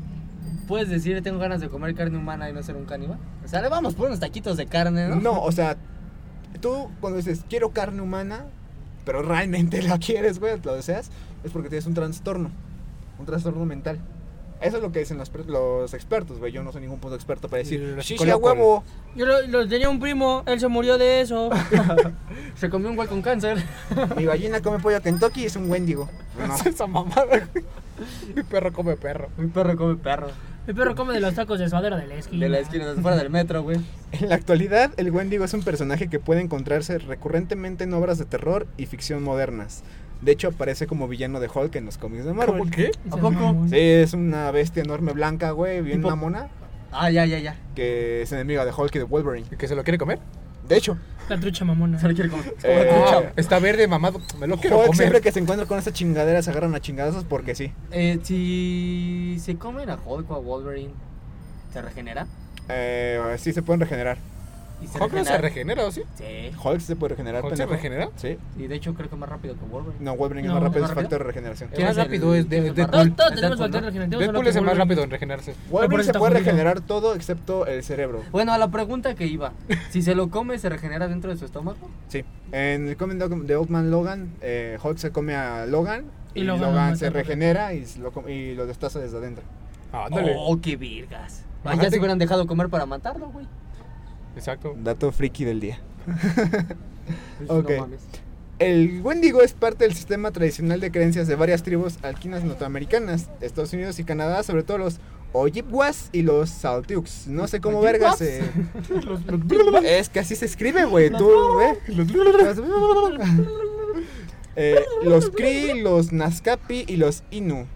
S5: puedes decir, tengo ganas de comer carne humana y no ser un caníbal. O sea, le vamos por unos taquitos de carne, ¿no?
S2: No, o sea, tú cuando dices quiero carne humana, pero realmente la quieres, güey, lo deseas, es porque tienes un trastorno, un trastorno mental. Eso es lo que dicen los, pre- los expertos, güey. Yo no soy ningún puto experto para
S4: Y
S2: decir,
S4: los
S2: sí, sí, a
S4: psicólogos.
S2: huevo.
S6: Yo lo, lo tenía un primo, él se murió de eso.
S5: Se comió un güey con cáncer.
S2: Mi gallina come pollo Kentucky y es un Wendigo. No.
S4: Esa mamada, güey. Mi perro come perro.
S5: Mi perro come perro.
S6: Mi perro come de los tacos de suadero de la esquina.
S5: De la esquina, de fuera del metro, güey.
S2: En la actualidad, el Wendigo es un personaje que puede encontrarse recurrentemente en obras de terror y ficción modernas. De hecho, aparece como villano de Hulk en los cómics de Marvel.
S4: ¿Por qué?
S6: Ese
S5: ¿A poco?
S6: mamón.
S2: Sí, es una bestia enorme blanca, güey, bien
S5: Tipo-
S2: mamona,
S5: Ah, ya, ya, ya.
S2: que es enemiga de Hulk y de Wolverine.
S4: ¿Y que se lo quiere comer?
S2: De hecho,
S6: La trucha mamona.
S5: Se lo quiere comer.
S2: Eh,
S4: Ah, está verde, mamado. Me lo quiero
S2: Hulk siempre
S4: comer.
S2: que se encuentra con esa chingadera se agarran a chingadazos porque sí.
S5: Eh, si se comen a Hulk o a Wolverine, ¿se regenera?
S2: Eh, sí se pueden regenerar.
S5: ¿Y se
S4: Hulk no se regenera, ¿o sí?
S5: Sí.
S2: Hulk se puede regenerar.
S4: ¿Hulk se
S2: pendejo.
S4: regenera?
S2: Sí.
S5: Y de hecho creo que más rápido que Wolverine.
S2: No, Wolverine es
S6: No,
S2: más rápido,
S5: ¿más
S2: es
S5: rápido?
S2: factor de regeneración.
S4: ¿Qué más
S5: el-
S4: rápido es de-
S5: el más
S4: de-
S5: rápido?
S6: Todos, todos tenemos
S5: Deadpool,
S6: factor
S5: ¿no?
S6: regenerativo. solo
S4: Deadpool
S6: que
S4: es el más
S6: Wolverine-
S4: rápido en regenerarse.
S2: Wolverine
S6: eso
S2: se
S6: está
S2: puede
S6: jodido.
S2: regenerar todo excepto el cerebro.
S5: Bueno, a la pregunta que iba. Si se lo come, ¿se regenera dentro de su estómago?
S2: Sí. En el cómic de Old Man Logan, eh, Hulk se come a Logan y,
S6: Y Logan
S2: Logan,
S6: lo mata
S2: se
S6: por
S2: regenera y lo, com- y lo destaza desde adentro.
S4: Ah, ándale.
S5: Oh, qué virgas. Ah, ya
S4: Imagínate-
S5: se hubieran dejado comer para matarlo, güey.
S4: Exacto.
S2: Dato friki del día.
S5: Pues,
S2: Ok.
S5: No mames.
S2: El Wendigo es parte del sistema tradicional de creencias de varias tribus alquinas norteamericanas, Estados Unidos y Canadá, sobre todo los Ojibwas y los Saltiux. No sé cómo vergas. eh, es que así se escribe, güey. Tú, eh. Eh, los Cree, los Nazcapi y los Inu.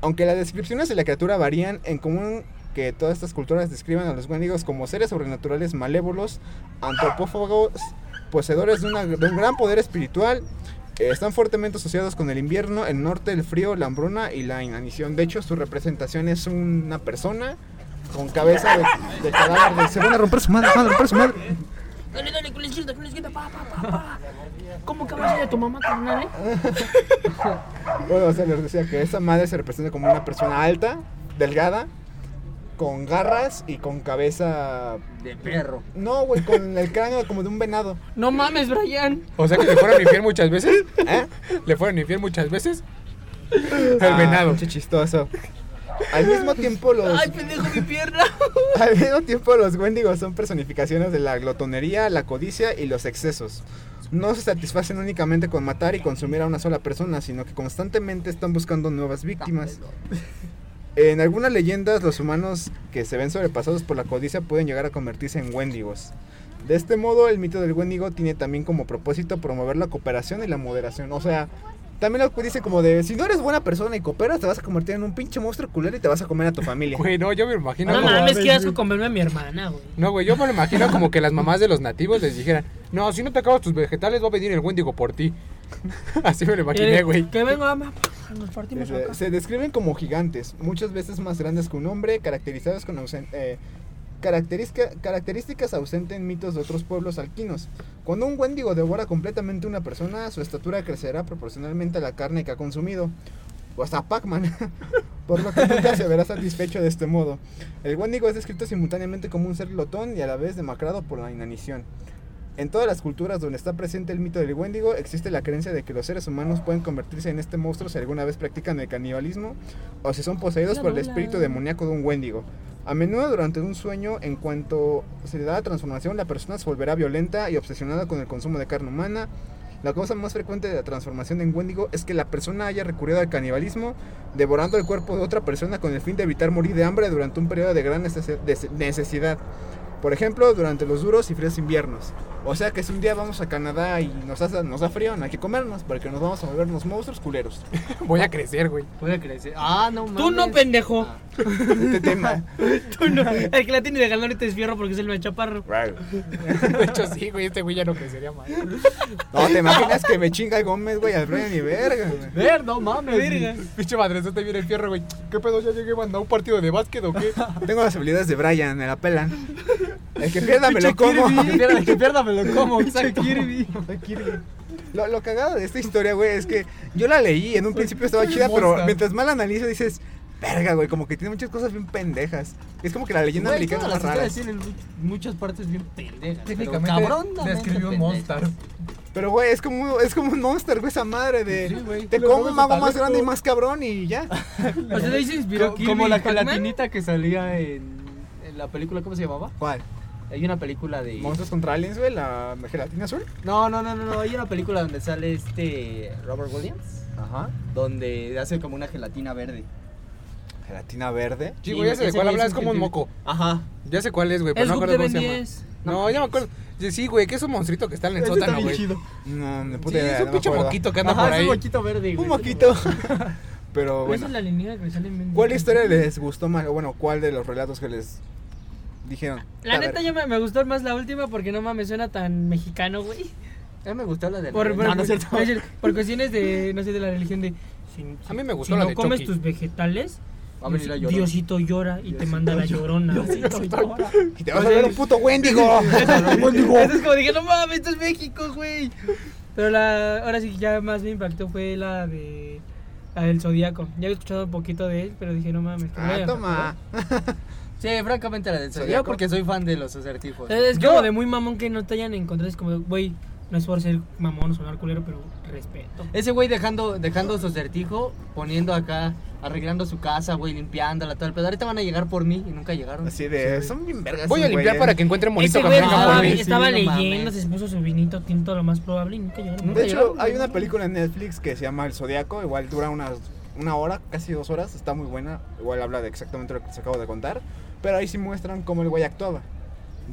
S2: Aunque las descripciones de la criatura varían, en común que todas estas culturas describen a los Wendigos como seres sobrenaturales malévolos, antropófagos, poseedores de, una- de un gran poder espiritual. eh, están fuertemente asociados con el invierno, el norte, el frío, la hambruna y la inanición. De hecho, su representación es una persona con cabeza de, de cadáver. de- Se van a romper su madre, se van a romper su madre.
S6: Dale, dale, con la izquierda, con la izquierda, pa, pa, pa, pa. ¿Cómo que vas a ir a tu mamá, carnal, eh?
S2: Bueno, o sea, les decía que esa madre se representa como una persona alta, delgada, con garras y con cabeza.
S5: De perro.
S2: No, güey, con el cráneo como de un venado.
S6: No mames, Brian.
S4: O sea que le fueron infiel muchas veces.
S2: ¿Eh?
S4: Le fueron infiel muchas veces. El venado.
S2: Ah, Pinche chistoso. Al mismo tiempo los.
S6: Ay, pendejo, mi pierna.
S2: Al mismo tiempo, los Wendigos son personificaciones de la glotonería, la codicia y los excesos. No se satisfacen únicamente con matar y consumir a una sola persona, sino que constantemente están buscando nuevas víctimas. En algunas leyendas, los humanos que se ven sobrepasados por la codicia pueden llegar a convertirse en Wendigos. De este modo, el mito del Wendigo tiene también como propósito promover la cooperación y la moderación. O sea, también lo que dice como de, si no eres buena persona y cooperas, te vas a convertir en un pinche monstruo culero y te vas a comer a tu familia.
S4: Güey, no, yo me imagino.
S6: No
S4: como-
S6: mames, qué asco comerme a mi hermana, güey.
S4: No, güey, yo me lo imagino como que las mamás de los nativos les dijeran: No, si no te acabas tus vegetales, va a venir el Wendigo por ti. Así me lo imaginé,
S6: Eh,
S4: güey.
S6: Que vengo, mamá. Nos partimos
S2: Desde-
S6: acá.
S2: se describen como gigantes, muchas veces más grandes que un hombre, caracterizados con ausen- eh, característica- características ausentes en mitos de otros pueblos alquinos. Cuando un Wendigo devora completamente una persona, su estatura crecerá proporcionalmente a la carne que ha consumido. O hasta Pac-Man, por lo que nunca se verá satisfecho de este modo. El Wendigo es descrito simultáneamente como un ser glotón y a la vez demacrado por la inanición. En todas las culturas donde está presente el mito del Wendigo, existe la creencia de que los seres humanos pueden convertirse en este monstruo si alguna vez practican el canibalismo o si son poseídos por el espíritu demoníaco de un Wendigo. A menudo durante un sueño, en cuanto se le da la transformación, la persona se volverá violenta y obsesionada con el consumo de carne humana. La causa más frecuente de la transformación en Wendigo es que la persona haya recurrido al canibalismo, devorando el cuerpo de otra persona con el fin de evitar morir de hambre durante un periodo de gran necesi- des- necesidad. Por ejemplo, durante los duros y fríos inviernos. O sea que si un día vamos a Canadá y nos, hace- nos da frío, no hay que comernos porque nos vamos a volver unos monstruos culeros.
S4: Voy a crecer, güey.
S5: Puede crecer. Ah, no mames.
S6: Tú no, pendejo.
S5: Ah.
S2: Este tema.
S6: Tú no. El que la tiene de galón ahorita es fierro porque es el más chaparro.
S4: De hecho, sí, güey, este güey ya no crecería más.
S2: No, ¿te imaginas que me chinga el Gómez, güey, al frente de mi verga, güey?
S4: Ver, no mames.
S6: Verga.
S4: Pinche madrezote viene el fierro, güey. ¿Qué pedo? ¿Ya llegué a un partido de básquet o qué?
S2: Tengo las habilidades de Brian, me la pelan. El que pierda me lo
S4: Pinche
S2: como.
S4: Kirby. Pierda- que pierda me lo como, exacto.
S2: Lo, lo cagado de esta historia, güey, es que yo la leí, en un principio estaba chida, pero
S4: Monster.
S2: mientras mal analizo dices, verga, güey, como que tiene muchas cosas bien pendejas. Es como que la leyenda
S5: Güey,
S2: americana
S5: todas
S2: más
S5: las
S2: rara.
S5: historias tienen mu- muchas partes bien pendejas.
S4: Técnicamente
S5: pero cabrón,
S4: le escribió un monster.
S2: Pero, güey, es como, es como un monster, güey, esa madre de...
S5: Sí, güey.
S2: te
S4: Lo
S2: como
S4: vamos a
S2: mago
S4: parar
S2: más
S4: con-
S2: grande y más cabrón y ya.
S6: O sea, de ahí se inspiró
S5: Co-
S6: Kirby
S5: como la
S6: y Pac-Man.
S5: gelatinita que salía en, en la película, ¿cómo se llamaba?
S2: ¿Cuál?
S5: Hay una película de...
S2: ¿Monstruos contra aliens, güey? ¿La gelatina azul?
S5: No, no, no, no, no, hay una película donde sale este Robert Williams,
S2: Ajá.
S5: donde hace como una gelatina verde.
S2: ¿Gelatina verde?
S4: Sí, güey, ya sé de
S5: Ese
S4: cuál
S5: güey
S4: hablas,
S5: es
S4: es como un
S5: increíble.
S4: moco.
S5: Ajá.
S4: Ya sé cuál es, güey, pero
S6: El
S4: no me
S6: Scoop
S4: acuerdo
S6: de
S4: cómo
S6: Ben
S4: se llama.
S6: 10.
S4: No, ya me acuerdo. Sí, Sí, güey, que es un monstruito que está en el sótano, güey. Sí,
S2: No, me puta idea,
S4: es
S2: no
S4: un
S2: me
S4: pinche
S2: acuerdo.
S4: moquito que anda
S5: Ajá,
S4: por
S5: es
S4: ahí.
S5: un moquito verde, güey.
S2: Un moquito. Pero
S6: Pero Esa
S2: bueno.
S6: es la alienígena que le sale en mente.
S2: ¿Cuál historia les gustó más? O Bueno, ¿cuál de los relatos que les dijeron?
S6: La
S2: A ver,
S6: neta ya me, me gustó más la última porque no mames suena tan mexicano, güey.
S5: A mí me gustó la de...
S6: Por, por-
S5: no, no es cierto.
S6: por- por cuestiones de, no sé, de la religión de... si-
S4: A mí me gustó
S6: si
S4: la
S6: no
S4: de
S6: comes
S4: Chucky.
S6: tus vegetales,
S5: Va a venir la llorona.
S6: Diosito llora y te manda la llorona. güey.
S2: Y te vas a ver un puto Ah, Wendigo.
S6: Entonces como dije, no mames, esto es México, güey. Pero la, ahora sí que ya más me impactó fue la de... La del Zodíaco. Ya había escuchado un poquito de él, pero dije, no mames. que me
S2: Ah,
S6: haya
S2: toma.
S5: Sí, francamente la del
S2: Zodíaco.
S5: Zodíaco porque soy fan de los acertijos.
S6: Es es
S5: Yo-
S6: como de muy mamón que no te hayan encontrado. Es como, de, güey, no es por ser mamón o sonar culero, pero respeto.
S5: Ese güey dejando, dejando su acertijo, poniendo acá, arreglando su casa, güey, limpiándola, todo el pedo. Ahorita van a llegar por mí y nunca llegaron.
S2: Así de, son bien vergas.
S4: Voy a
S2: esos
S4: limpiar
S2: güeyes.
S4: para que encuentren bonito
S6: Ese
S4: que
S6: güey
S4: vengan
S6: estaba,
S4: por
S5: mames,
S4: mí.
S6: estaba
S5: sí, no
S6: leyendo,
S5: mames.
S6: se puso su vinito tinto lo más probable y nunca llegaron.
S5: Nunca
S2: De hecho,
S5: llegaron,
S2: hay
S5: güey.
S2: una película en Netflix que se llama El Zodiaco. Igual dura unas, una hora, casi dos horas. Está muy buena. Igual habla de exactamente lo que les acabo de contar. Pero ahí sí muestran cómo el güey actuaba.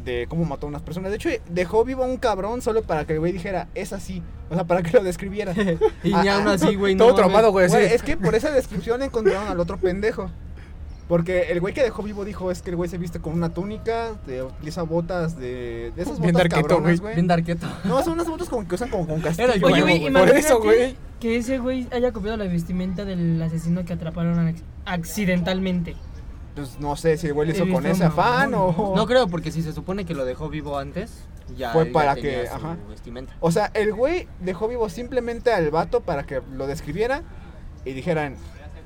S2: De cómo mató a unas personas. De hecho, dejó vivo a un cabrón solo para que el güey dijera, es así. O sea, para que lo describiera.
S5: Y ni
S2: Ah,
S5: aún así, güey.
S4: Todo
S5: no mames.
S4: traumado, güey. así
S2: Güey,
S4: de-
S2: es que por esa descripción encontraron al otro pendejo. Porque el güey que dejó vivo dijo es que el güey se viste con una túnica, te utiliza botas de, de esas
S4: Bien
S2: botas
S4: darketo,
S2: cabronas,
S4: güey.
S2: güey.
S5: Bien darqueto.
S2: No, son unas botas como que usan como con castillo.
S5: Era el
S6: Oye,
S5: Bueno,
S6: güey,
S5: güey.
S4: Por
S6: imagínate
S4: eso, güey.
S6: que ese güey haya copiado la vestimenta del asesino que atraparon ac- accidentalmente.
S2: Entonces, Pues, no sé si el güey lo hizo
S6: Sí,
S2: con
S6: no,
S2: ese
S6: no,
S2: afán
S6: no,
S2: o...
S5: No creo, porque si se supone que lo dejó vivo antes, ya.
S2: Fue
S5: él ya
S2: para
S5: tenía
S2: que-
S5: su
S2: ajá.
S5: vestimenta.
S2: O sea, el güey dejó vivo simplemente al vato para que lo describiera y dijeran,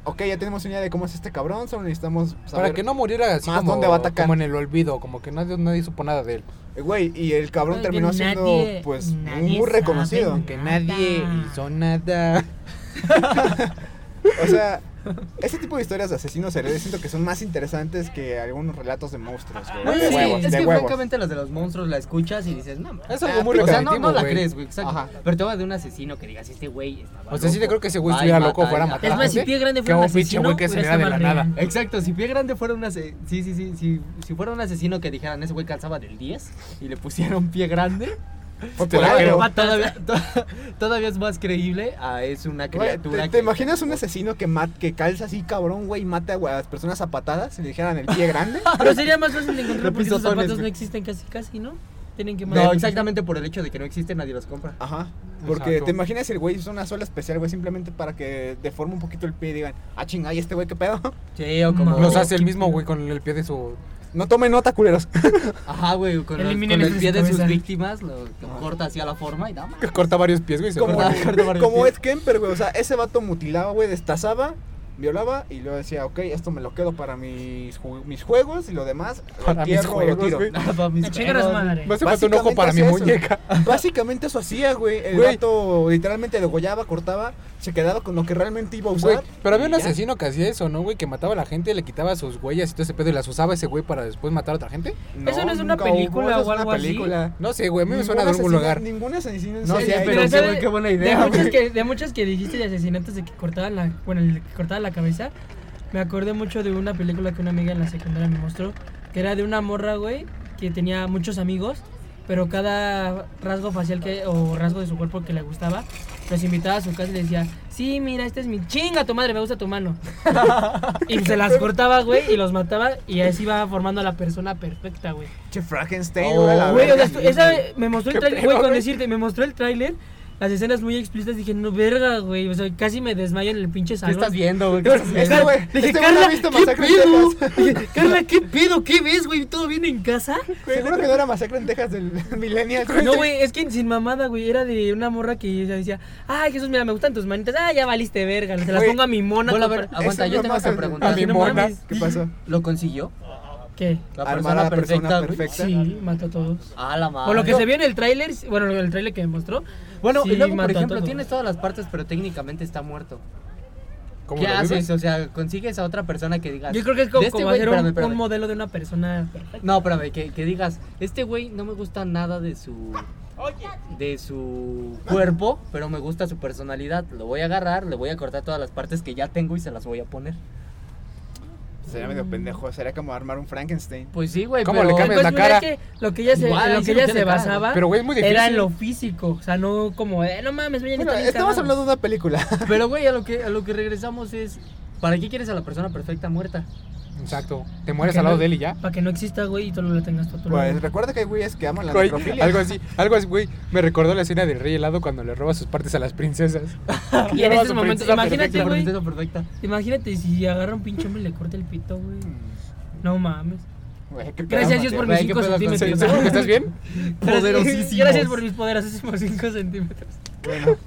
S2: ok, ya tenemos una idea de cómo es este cabrón, solo necesitamos saber...
S4: Para que no muriera así
S2: más
S4: como,
S2: dónde va a atacar.
S4: como en el olvido, como que nadie, nadie supo nada de él.
S2: Eh, Güey, y el cabrón
S6: Oye,
S2: terminó siendo,
S6: nadie-
S2: pues,
S6: nadie
S2: muy
S6: sabe,
S2: reconocido.
S6: güey.
S4: Que nadie
S6: Nada.
S4: hizo nada.
S2: O sea, ese tipo de historias de asesinos seriales siento que son más interesantes que algunos relatos de monstruos, güey.
S5: Güey,
S2: De
S5: sí,
S2: huevos,
S5: es
S2: de
S5: que
S2: huevos.
S5: francamente las de los monstruos la escuchas y dices, no, mames".
S4: Es algo
S2: Ah,
S4: muy
S5: o sea, no, no
S4: repetitivo,
S5: la
S4: güey.
S5: crees, güey, exacto.
S2: Ajá.
S5: Pero te va de un asesino que digas, este güey estaba
S4: O sea, sí te
S5: loco.
S4: creo que ese güey
S5: Va y
S4: estuviera loco,
S5: mata
S4: fuera a
S5: y-
S4: matar
S6: Es
S4: Claro,
S6: más, Pues
S4: sí.
S6: si Pie Grande
S4: Que
S6: fuera un
S4: un pinche
S6: asesino,
S4: güey que se
S6: hubiera
S4: vea de
S6: estado
S4: la
S6: más
S4: nada.
S6: real.
S5: Exacto, si Pie Grande fuera un asesino, sí, sí, sí, sí, si fuera un asesino que dijeran, ese güey calzaba del 10 y le pusieron Pie Grande,
S2: Fue
S4: Te
S2: por
S4: la
S2: algo.
S4: creo.
S2: Güey,
S5: todavía, to- todavía es más creíble a es una
S2: ¿te-
S5: criatura
S2: ¿Te,
S5: que-
S2: imaginas un asesino que, mat, que calza así, cabrón, güey, y mata güey, a las personas a patadas si le dijeran el pie grande?
S6: Pero sería más fácil de encontrar
S5: Los
S6: porque esos
S5: pisotones,
S6: zapatos
S5: güey.
S6: no existen casi, casi, ¿no? Tienen que
S5: No,
S6: mandar-
S5: exactamente por el hecho de que no existe, nadie los compra.
S2: Ajá. Porque
S4: Exacto.
S2: te imaginas el güey es una sola especial, güey, simplemente para que deforme un poquito el pie y digan, ah, chinga, ¿y este güey qué pedo?
S5: Sí, o como...
S4: Los hace el mismo, güey, con el pie de su.
S2: No tomen nota, culeros.
S5: Ajá, güey, con, los-
S6: Eliminen
S5: con el
S6: esas
S5: pie de sus
S6: cabezas.
S5: víctimas, lo, lo corta así a la forma y nada más.
S4: Que corta varios pies, güey. y se
S2: Como,
S4: corta.
S5: Corta- corta varios
S2: como
S5: pies.
S2: Ed Kemper, güey. O sea, ese vato mutilaba, güey, destazaba, violaba y luego decía, ok, esto me lo quedo para mis, ju- mis juegos y lo demás. lo
S4: Para mis
S2: entierro o lo
S4: juegos,
S2: tiro".
S4: güey.
S5: Nada, mis
S6: A chingar a su
S5: huevos.
S6: madre.
S4: Me hace falta un ojo para mi
S2: Básicamente es
S4: muñeca.
S2: Básicamente eso hacía, güey. El
S4: Güey.
S2: vato literalmente degollaba, cortaba, se quedaba con lo que realmente iba a
S4: Güey,
S2: usar.
S4: pero había
S2: y
S4: un
S2: ya.
S4: asesino que hacía eso, ¿no, güey? Que mataba a la gente, le quitaba sus huellas y todo ese pedo y las usaba ese güey para después matar a otra gente.
S6: ¿Eso no es una
S2: nunca hubo,
S6: película
S2: eso
S6: o
S2: es una
S6: algo así?
S2: película.
S4: No sé, güey, a mí me suena de
S2: Ningún
S4: algún
S2: asesino-
S4: lugar.
S2: Ningún asesino en
S5: No,
S2: serie
S5: sí,
S2: hay,
S5: pero
S2: güey.
S5: ese güey, qué buena
S6: De
S5: idea,
S6: muchas,
S5: güey.
S6: que, de muchas que dijiste de asesinatos de que cortaban la, bueno, el que cortaban la cabeza, me acordé mucho de una película que una amiga en la secundaria me mostró, que era de una morra, güey, que tenía muchos amigos pero cada rasgo facial que, o rasgo de su cuerpo que le gustaba, los invitaba a su casa y le decía, sí, mira, este es mi chinga tu madre, me gusta tu mano. y se las cortaba, güey, y los mataba y así iba formando a la persona perfecta, güey.
S2: Che, Frankenstein,
S5: Oh,
S2: güey, la
S6: Güey, o sea,
S2: verga.
S6: esto- esa me mostró el
S2: Qué
S6: tráiler,
S2: pedo,
S6: güey, con
S2: güey.
S6: decirte, me mostró el tráiler, las escenas muy explícitas, dije, no, verga, güey, o sea, casi me desmayo en el pinche
S5: ¿Qué
S6: salón.
S5: estás viendo, güey? ¿Qué estás
S6: Dije,
S5: viendo?
S2: Este güey-
S6: dije,
S2: este güey no
S6: Carla,
S2: ha visto
S6: ¿qué
S2: Masacre en
S6: pedo? Dije, Carla, ¿qué pedo? ¿Qué ves, güey? ¿Todo bien en casa?
S2: Seguro que no era masacre en Texas del Millennial.
S6: No, güey, es que sin mamada, güey, era de una morra que o sea, decía, ay, Jesús, mira, me gustan tus manitas, ah, ya valiste verga, se las
S2: Güey,
S6: pongo a mi mona.
S5: Bueno, a
S6: para-
S5: ver, aguanta,
S2: Eso
S5: yo
S2: no
S5: tengo
S2: más
S5: esa
S2: es-
S5: pregunta.
S2: a
S6: mi
S5: No
S6: mona.
S5: mames.
S2: ¿Qué pasó?
S5: ¿Lo consiguió?
S6: ¿Qué?
S5: La
S2: Armar
S5: persona
S2: a la persona
S5: perfecta, güey.
S2: perfecta.
S6: Sí, mató a todos.
S5: A la madre.
S6: Por lo que se vio en el tráiler, bueno, el tráiler que me mostró,
S5: Bueno,
S6: sí,
S5: y luego, por
S6: mató a
S5: ejemplo,
S6: todos.
S5: tienes todas las partes, pero técnicamente está muerto.
S4: ¿Cómo
S5: ¿Qué
S4: lo
S5: haces?
S4: vives?
S5: O sea, consigues a otra persona que digas.
S6: Yo creo que es
S5: "De
S6: como,
S5: este
S6: como
S5: güey,
S6: hacer un,
S5: espérame, espérame".
S6: un modelo de una persona perfecta.
S5: No, espérame, que, que digas, este güey no me gusta nada de su de su cuerpo, pero me gusta su personalidad. Lo voy a agarrar, le voy a cortar todas las partes que ya tengo y se las voy a poner.
S2: Sería medio pendejo, sería como armar un Frankenstein.
S5: Pues sí, güey,
S4: ¿Cómo
S5: pero
S4: le cambias?
S6: Pues,
S4: la
S6: mira
S4: cara.
S6: que lo que ella se,
S5: Igual,
S6: lo
S5: ahí
S6: que
S5: sí
S6: ella
S5: no
S6: se
S5: tiene cara, güey.
S6: basaba
S4: Pero, güey, es muy difícil.
S6: era en lo físico, o sea, no como, eh, no mames, vayan
S2: Bueno,
S6: están bien
S2: estamos
S6: cagados.
S2: hablando de una película.
S5: Pero güey, a lo que a lo que regresamos es ¿Para qué quieres a la persona perfecta muerta?
S4: Exacto. Te mueres al lado de él y ya.
S6: Para que no exista, güey, y tú no lo tengas tú. a tu lado.
S2: Pues recuerda que hay güeyes que aman la
S4: Güey,
S2: necrofilia.
S4: algo así, algo así, güey. Me recordó la escena del rey helado cuando le roba sus partes a las princesas.
S6: Y en
S4: Roba
S6: ese
S4: su
S6: momento,
S4: princesa
S6: imagínate,
S5: La
S6: güey,
S5: princesa perfecta.
S6: imagínate si agarra un pinche hombre y le corta el pito, güey.
S2: Mm.
S6: No mames.
S2: Güey, qué pedo.
S6: Gracias a Dios por mis
S5: Güey, qué
S6: 5
S5: pedo con-
S4: perfecta.
S6: centímetros.
S4: ¿Seguro que estás bien?
S6: Gracias-
S5: Poderosísimos.
S6: Gracias por mis poderosísimos 5 centímetros.
S2: Bueno,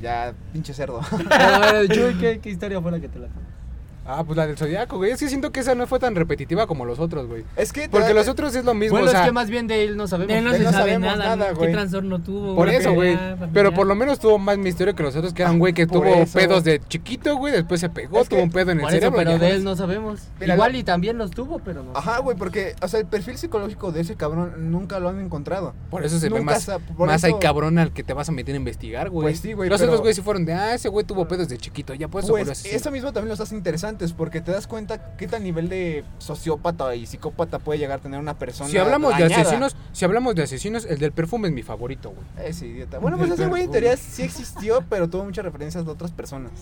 S2: ya, pinche cerdo.
S5: Ah, yo, ¿qué, qué historia fue la que te la
S4: Ah, pues la del zodiaco, güey. Es que siento que esa no fue tan repetitiva como los otros, güey.
S2: Es que. te-
S4: Porque los otros es lo mismo,
S5: Bueno,
S4: o sea,
S5: es que más bien de él no sabemos.
S6: De él no
S2: de
S6: se
S2: no
S6: sabe
S2: sabemos
S6: nada,
S2: nada,
S6: ¿no?
S2: güey.
S6: qué trastorno tuvo.
S4: por
S6: güey,
S4: eso, güey.
S5: pues,
S6: familiar.
S4: Pero por lo menos tuvo más misterio que los otros, que era un güey que
S2: Por
S4: tuvo
S2: eso.
S4: pedos de chiquito, güey. Después se pegó,
S2: Es que-
S4: tuvo un pedo en el
S5: Por eso,
S4: cerebro.
S5: pero
S4: ya.
S5: de él no sabemos.
S2: Mira,
S5: Igual
S2: lo-
S5: y también los tuvo, pero no.
S2: Ajá, güey, porque, o sea, el perfil psicológico de ese cabrón nunca lo han encontrado.
S4: Por eso se ve
S2: Nunca
S4: más,
S2: sa- por
S4: más
S2: eso-
S4: hay cabrón al que te vas a meter a investigar, güey.
S2: Pues sí, güey,
S4: Los
S2: pero-
S4: otros, güey, sí fueron de, ah, ese güey tuvo pedos de chiquito, ya por eso
S2: Pues
S4: volvió asesino.
S2: eso mismo también los hace interesantes porque te das cuenta qué tal nivel de sociópata y psicópata puede llegar a tener una persona.
S4: Si hablamos de
S2: dañada.
S4: asesinos, si hablamos de asesinos, el del perfume es mi favorito, güey.
S2: Ese idiota. Bueno, pues ese güey en teoría sí existió, pero tuvo muchas referencias de otras personas.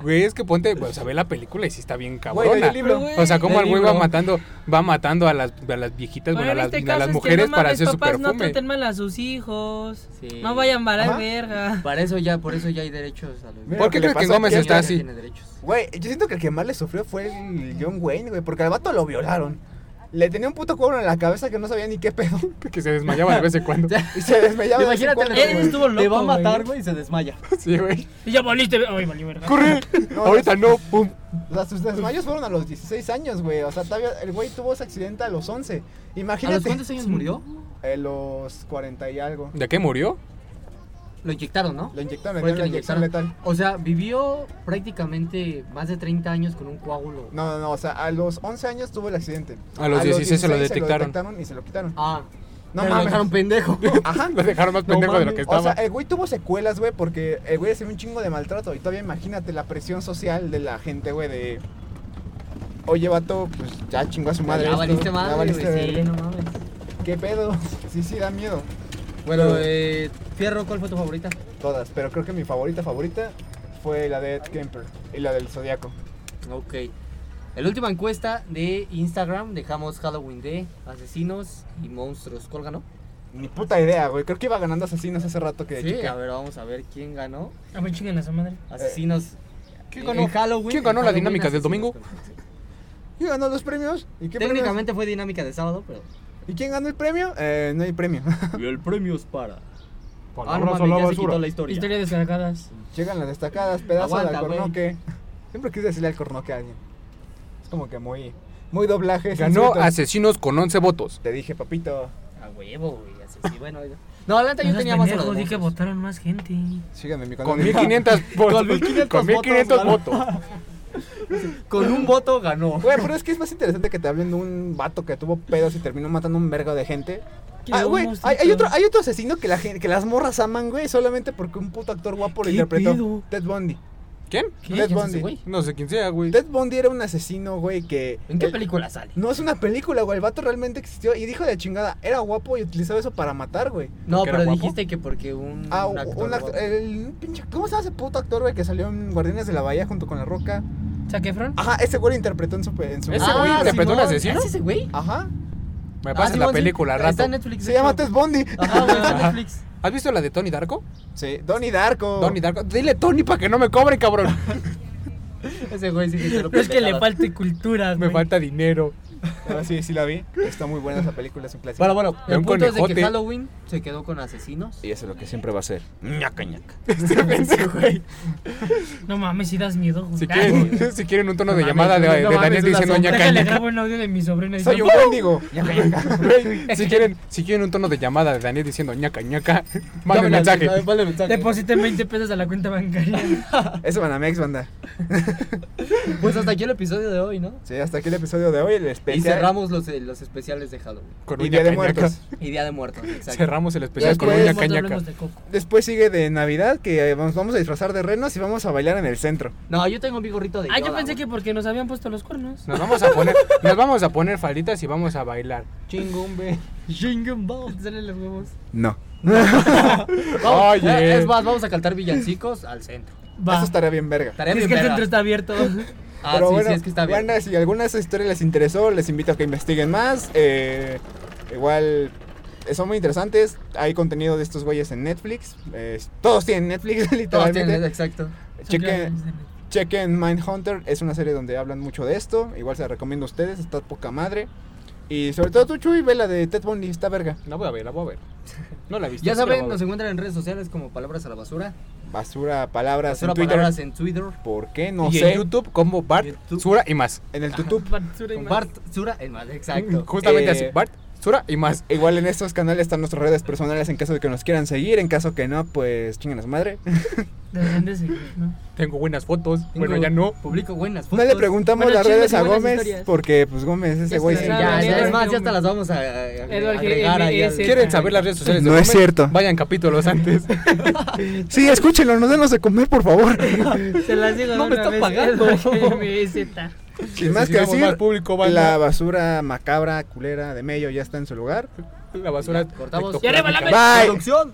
S4: Güey, es que ponte, o sea, ve la película y sí está bien
S2: Güey, leí
S4: cabrona.
S2: el libro.
S6: Pero,
S4: o sea, como
S5: del
S4: el güey
S5: libro.
S4: va matando, va matando a las, a las viejitas, bueno,
S6: Bueno,
S4: a
S6: en
S4: las,
S6: este
S4: a
S6: caso
S4: las
S6: es
S4: mujeres
S6: que no
S4: para
S6: mames,
S4: hacer su
S6: papás, no
S4: perfume.
S6: traten mal a sus hijos.
S5: Sí.
S6: No vayan a la
S2: Ajá.
S6: verga.
S5: Para eso ya, por eso ya hay derechos a los.
S2: Mira,
S4: ¿Por qué
S2: lo le
S4: crees que
S2: pasó a
S4: Gómez
S2: Keanu.
S4: está
S5: Ya
S4: así?
S5: tiene derechos.
S2: Güey, yo siento que el que más le sufrió fue el John Wayne, güey, porque al vato lo violaron. Le tenía un puto cuadro en la cabeza que no sabía ni qué pedo.
S4: Que se desmayaba de vez en cuando.
S2: Y se desmayaba. de vez en
S5: Imagínate, eh,
S2: cuando,
S5: le-
S6: Él estuvo
S5: le va a
S6: loco, güey.
S5: matar, güey, y se desmaya.
S4: sí, güey.
S6: Y ya valiste, ay, valí verga.
S4: ¡Corre!
S2: No,
S4: Ahorita no, pum.
S2: O sea,
S5: Pues,
S2: sus desmayos fueron a los 16 años, güey. O sea, todavía el güey tuvo ese accidente a los 11.
S5: ¿A los
S2: Imagínate.
S5: cuántos años murió?
S2: Eh, los 40 y algo.
S4: ¿De qué murió?
S5: Lo inyectaron, ¿no?
S2: Lo inyectaron,
S5: Fue
S2: le
S5: el que
S2: dieron la
S5: le
S2: inyección letal.
S5: O sea, vivió prácticamente más de 30 años con un coágulo.
S2: No, no, no, o sea, a los 11 años tuvo el accidente.
S4: A los 16 se lo detectaron.
S2: y se lo quitaron.
S5: Ah,
S2: No
S5: no pero lo
S2: mames. Ah,
S5: dejaron pendejo.
S2: Ajá.
S4: Lo dejaron más
S5: No
S4: pendejo de lo
S5: mames.
S4: que
S2: O
S4: estaba.
S2: sea, el güey tuvo secuelas, güey, porque el güey recibió un chingo de maltrato. Y todavía imagínate la presión social de la gente, güey, de... Oye, vato, pues ya chingó a su madre
S5: ya
S2: esto,
S5: valiste
S2: ya
S5: madre,
S2: valiste
S5: güey, sí,
S2: verga.
S5: no mames.
S2: ¿Qué pedo? Sí, sí, da miedo.
S5: Bueno, eh, Fierro, ¿cuál fue tu favorita?
S2: Todas, pero creo que mi favorita favorita fue la de Ed Kemper y la del Zodiaco.
S5: Ok. En la última encuesta de Instagram dejamos Halloween de asesinos y monstruos. ¿Cuál ganó?
S2: Ni puta idea, güey. Creo que iba ganando asesinos hace rato que de
S5: Sí,
S2: chica.
S5: a ver, vamos a ver quién ganó.
S6: A mí chingan a su madre.
S5: Asesinos.
S4: ¿Quién
S5: en
S4: ganó?
S5: Halloween,
S4: ¿Quién ganó
S5: en
S4: la
S5: Halloween,
S4: dinámica del
S5: asesinos.
S4: domingo?
S2: ¿Quién ganó los premios? ¿Y qué premios?
S5: Técnicamente fue dinámica de sábado, pero.
S2: ¿Y quién ganó el premio? Eh, no hay premio.
S5: Y el premio es para. Ah, no
S4: Palabras a
S5: mames,
S4: la
S5: ya se
S4: basura.
S5: quitó la historia.
S6: Historias descargadas.
S2: Llegan las destacadas, pedazo de
S5: Aguanta, güey.
S2: alcornoque. Siempre quise decirle alcornoque a alguien. Es como que muy, muy doblaje. es
S4: Ganó
S2: insulto.
S4: Asesinos con 11 votos.
S2: Te dije, papito,
S5: A huevo, güey. Asesino. Bueno, ya. No, adelante yo
S6: Esos
S5: tenía más a la
S6: pendejos,
S5: de
S6: di que
S5: monstruos.
S6: votaron más gente.
S2: síganme mi
S4: Con
S2: canal de-
S4: 1500 votos.
S5: 1500
S4: Con 1500
S5: votos,
S4: votos.
S5: Con un voto ganó.
S2: Güey, pero es que es más interesante que te hablen de un vato que tuvo pedos y terminó matando un vergo de gente.
S6: Que
S2: Ah,
S6: un
S2: güey, hay,
S6: monstruito.
S2: hay otro, hay otro asesino que, la gente, que las morras aman, güey, solamente porque un puto actor guapo lo
S5: ¿Qué
S2: interpretó.
S5: pedo?
S2: Ted Bundy.
S4: ¿Quién?
S5: ¿Quién?
S2: Ted
S5: ¿Quién es ese
S2: Bundy.
S5: güey?
S4: No sé quién sea, güey.
S2: Ted Bundy era un asesino, güey, que...
S5: ¿En qué
S2: eh,
S5: película sale?
S2: No es una película, güey. El vato realmente existió y dijo de chingada. Era guapo y utilizaba eso para matar, güey.
S5: No,
S4: ¿Porque era
S5: pero
S4: guapo?
S5: dijiste que porque Mm, un,
S2: Ah, un
S5: actor
S2: act-
S5: guapo.
S2: el pinche- ¿Cómo se llama ese puto actor, güey, que salió en Guardianes de la Bahía junto con La Roca?
S6: ¿Saquefron?
S2: Ajá, ese güey lo interpretó en su... pe- En su
S4: ¿Ese güey
S5: Ah,
S4: interpretó un
S5: Simón,
S4: asesino?
S5: ¿Es ese güey?
S2: Ajá.
S4: Me
S5: Ah,
S4: pasa
S5: Simón,
S4: la
S5: sí,
S4: película,
S5: Está
S4: rato.
S5: en Netflix.
S2: Se
S5: de
S2: llama
S5: hecho.
S2: Ted Bundy.
S5: Ajá, güey, está en
S4: Ajá.
S5: Netflix.
S4: ¿Has visto la de Tony Darko?
S2: Sí, Donnie Darko.
S4: Tony Darko. Dile Tony para que no me cobre, cabrón.
S5: Ese güey sí que se lo
S6: No es que le
S5: pendejaba.
S6: falte cultura,
S4: me
S6: güey.
S4: falta dinero.
S2: Ah, sí, sí la vi. Está muy buena esa película, es un clásico.
S5: Bueno, bueno,
S4: Era
S5: el
S4: un
S5: punto es de que
S4: conejote.
S5: Halloween se quedó con asesinos.
S2: Y eso es lo que siempre va a ser. Ñaca, ñaca.
S6: No mames, si das miedo, güey.
S4: Si
S6: Ay,
S4: quieren, si quieren un tono de
S5: No
S4: llamada de,
S5: mames, no
S4: de
S5: mames,
S4: Daniel diciendo
S5: una
S4: ñaca
S6: Déjale,
S4: ñaca.
S6: grabo el audio de mi sobrino. y
S2: Soy
S6: digo,
S2: un bendigo. Ñaca, ñaca.
S4: Güey, Si quieren, si quieren un tono de llamada de Daniel diciendo ñaca ñaca, manden
S5: Llámenle,
S4: mensaje.
S5: llámenle, manden mensaje.
S6: Depositen 20 pesos a la cuenta bancaria.
S2: Eso Banamex, banda.
S5: Pues hasta aquí el episodio de hoy, ¿no?
S2: Sí, hasta aquí el episodio de hoy, el
S5: Y
S2: especial.
S5: cerramos los, eh, los especiales de Halloween.
S4: Con
S2: y
S4: un
S2: Día de
S4: ñaca, ñaca.
S2: Muertos.
S5: Y Día de Muertos, exacto.
S4: Cerramos el especial con un
S2: Después-
S4: ñaca ñaca.
S6: Hablemos de Coco.
S2: Después sigue de Navidad, que eh, nos vamos a disfrazar de renos y vamos a bailar en el centro.
S5: No, yo tengo mi gorrito de
S6: Ah, yo
S5: Yoda,
S6: pensé
S5: güey.
S6: que porque nos habían puesto los cuernos.
S4: Nos vamos a poner, nos vamos a poner falditas y vamos a bailar.
S5: Chingumbe. Chingumbe. Te salen los huevos.
S2: No.
S5: Vamos,
S4: Oye.
S5: eh, Es más, vamos a cantar villancicos al centro.
S6: Va.
S2: Eso estaría bien verga.
S5: Tarea
S6: Es
S5: bien
S6: que el
S5: verga.
S6: centro está abierto.
S5: Ah, sí, sí, es que está bien.
S2: banda, si alguna de esas historias les interesó, les invito a que investiguen más. Eh, igual eh, son muy interesantes. Hay contenido de estos güeyes en Netflix. Eh, todos tienen Netflix,
S5: Todos
S2: literalmente.
S5: tienen, exacto.
S2: Chequen, chequen Mindhunter, es una serie donde hablan mucho de esto. Igual se la recomiendo a ustedes, está poca madre. Y sobre todo tú, Chuy, ve la de Ted Bundy, está verga.
S4: La voy a ver, la voy a ver. No la he visto.
S5: Ya
S4: sí la voy a
S5: saben,
S4: ver.
S5: nos encuentran en redes sociales como Palabras a la Basura.
S2: Basura, palabras
S5: Basura
S2: en Twitter.
S5: Palabras en Twitter.
S2: ¿Por qué? No
S4: y
S2: sé.
S4: en YouTube como Bart,
S5: YouTube.
S4: Sura y más.
S2: En el YouTube.
S5: Con Bart, Sura, en más, exacto.
S4: Justamente
S2: Eh,
S4: así, Bart, Sura y más.
S2: Igual en estos canales están nuestras redes personales en caso de que nos quieran seguir. En caso que no, pues chingan a su madre.
S6: Deberían de seguir, ¿no?
S4: Tengo buenas fotos. bueno,
S5: Tengo-
S4: ya no.
S5: Publico buenas
S2: No
S5: fotos.
S2: le preguntamos
S6: Bueno,
S2: las
S6: chismes
S2: redes
S6: y
S2: a
S6: buenas
S2: Gómez
S6: historias.
S2: porque, pues, Gómez, ese
S5: Sí,
S2: güey.
S5: ya,
S2: sí,
S6: sabe,
S5: ya,
S6: Eduardo
S5: es más,
S6: Gil-
S5: ya hasta las vamos a, a- a-
S6: Eduardo Gil-
S5: agregar ahí. al-
S6: MS.
S4: ¿Quieren saber las redes sociales? de
S2: No es
S4: Gómez?
S2: cierto.
S4: Vayan capítulos antes.
S2: Sí, escúchenlo, nos denos de comer, por favor.
S6: Se las digo
S5: No
S6: de
S5: me
S6: una
S5: está
S6: vez,
S5: pagando.
S6: es la GMZ.
S2: Sin más que
S4: Necesitamos
S2: decir,
S4: más público,
S2: la
S4: banda.
S2: basura macabra, culera de medio ya está en su lugar.
S4: La, basura.
S5: Ya, cortamos.
S4: tectoplámica.
S6: Y arriba la
S2: Bye.
S5: Producción.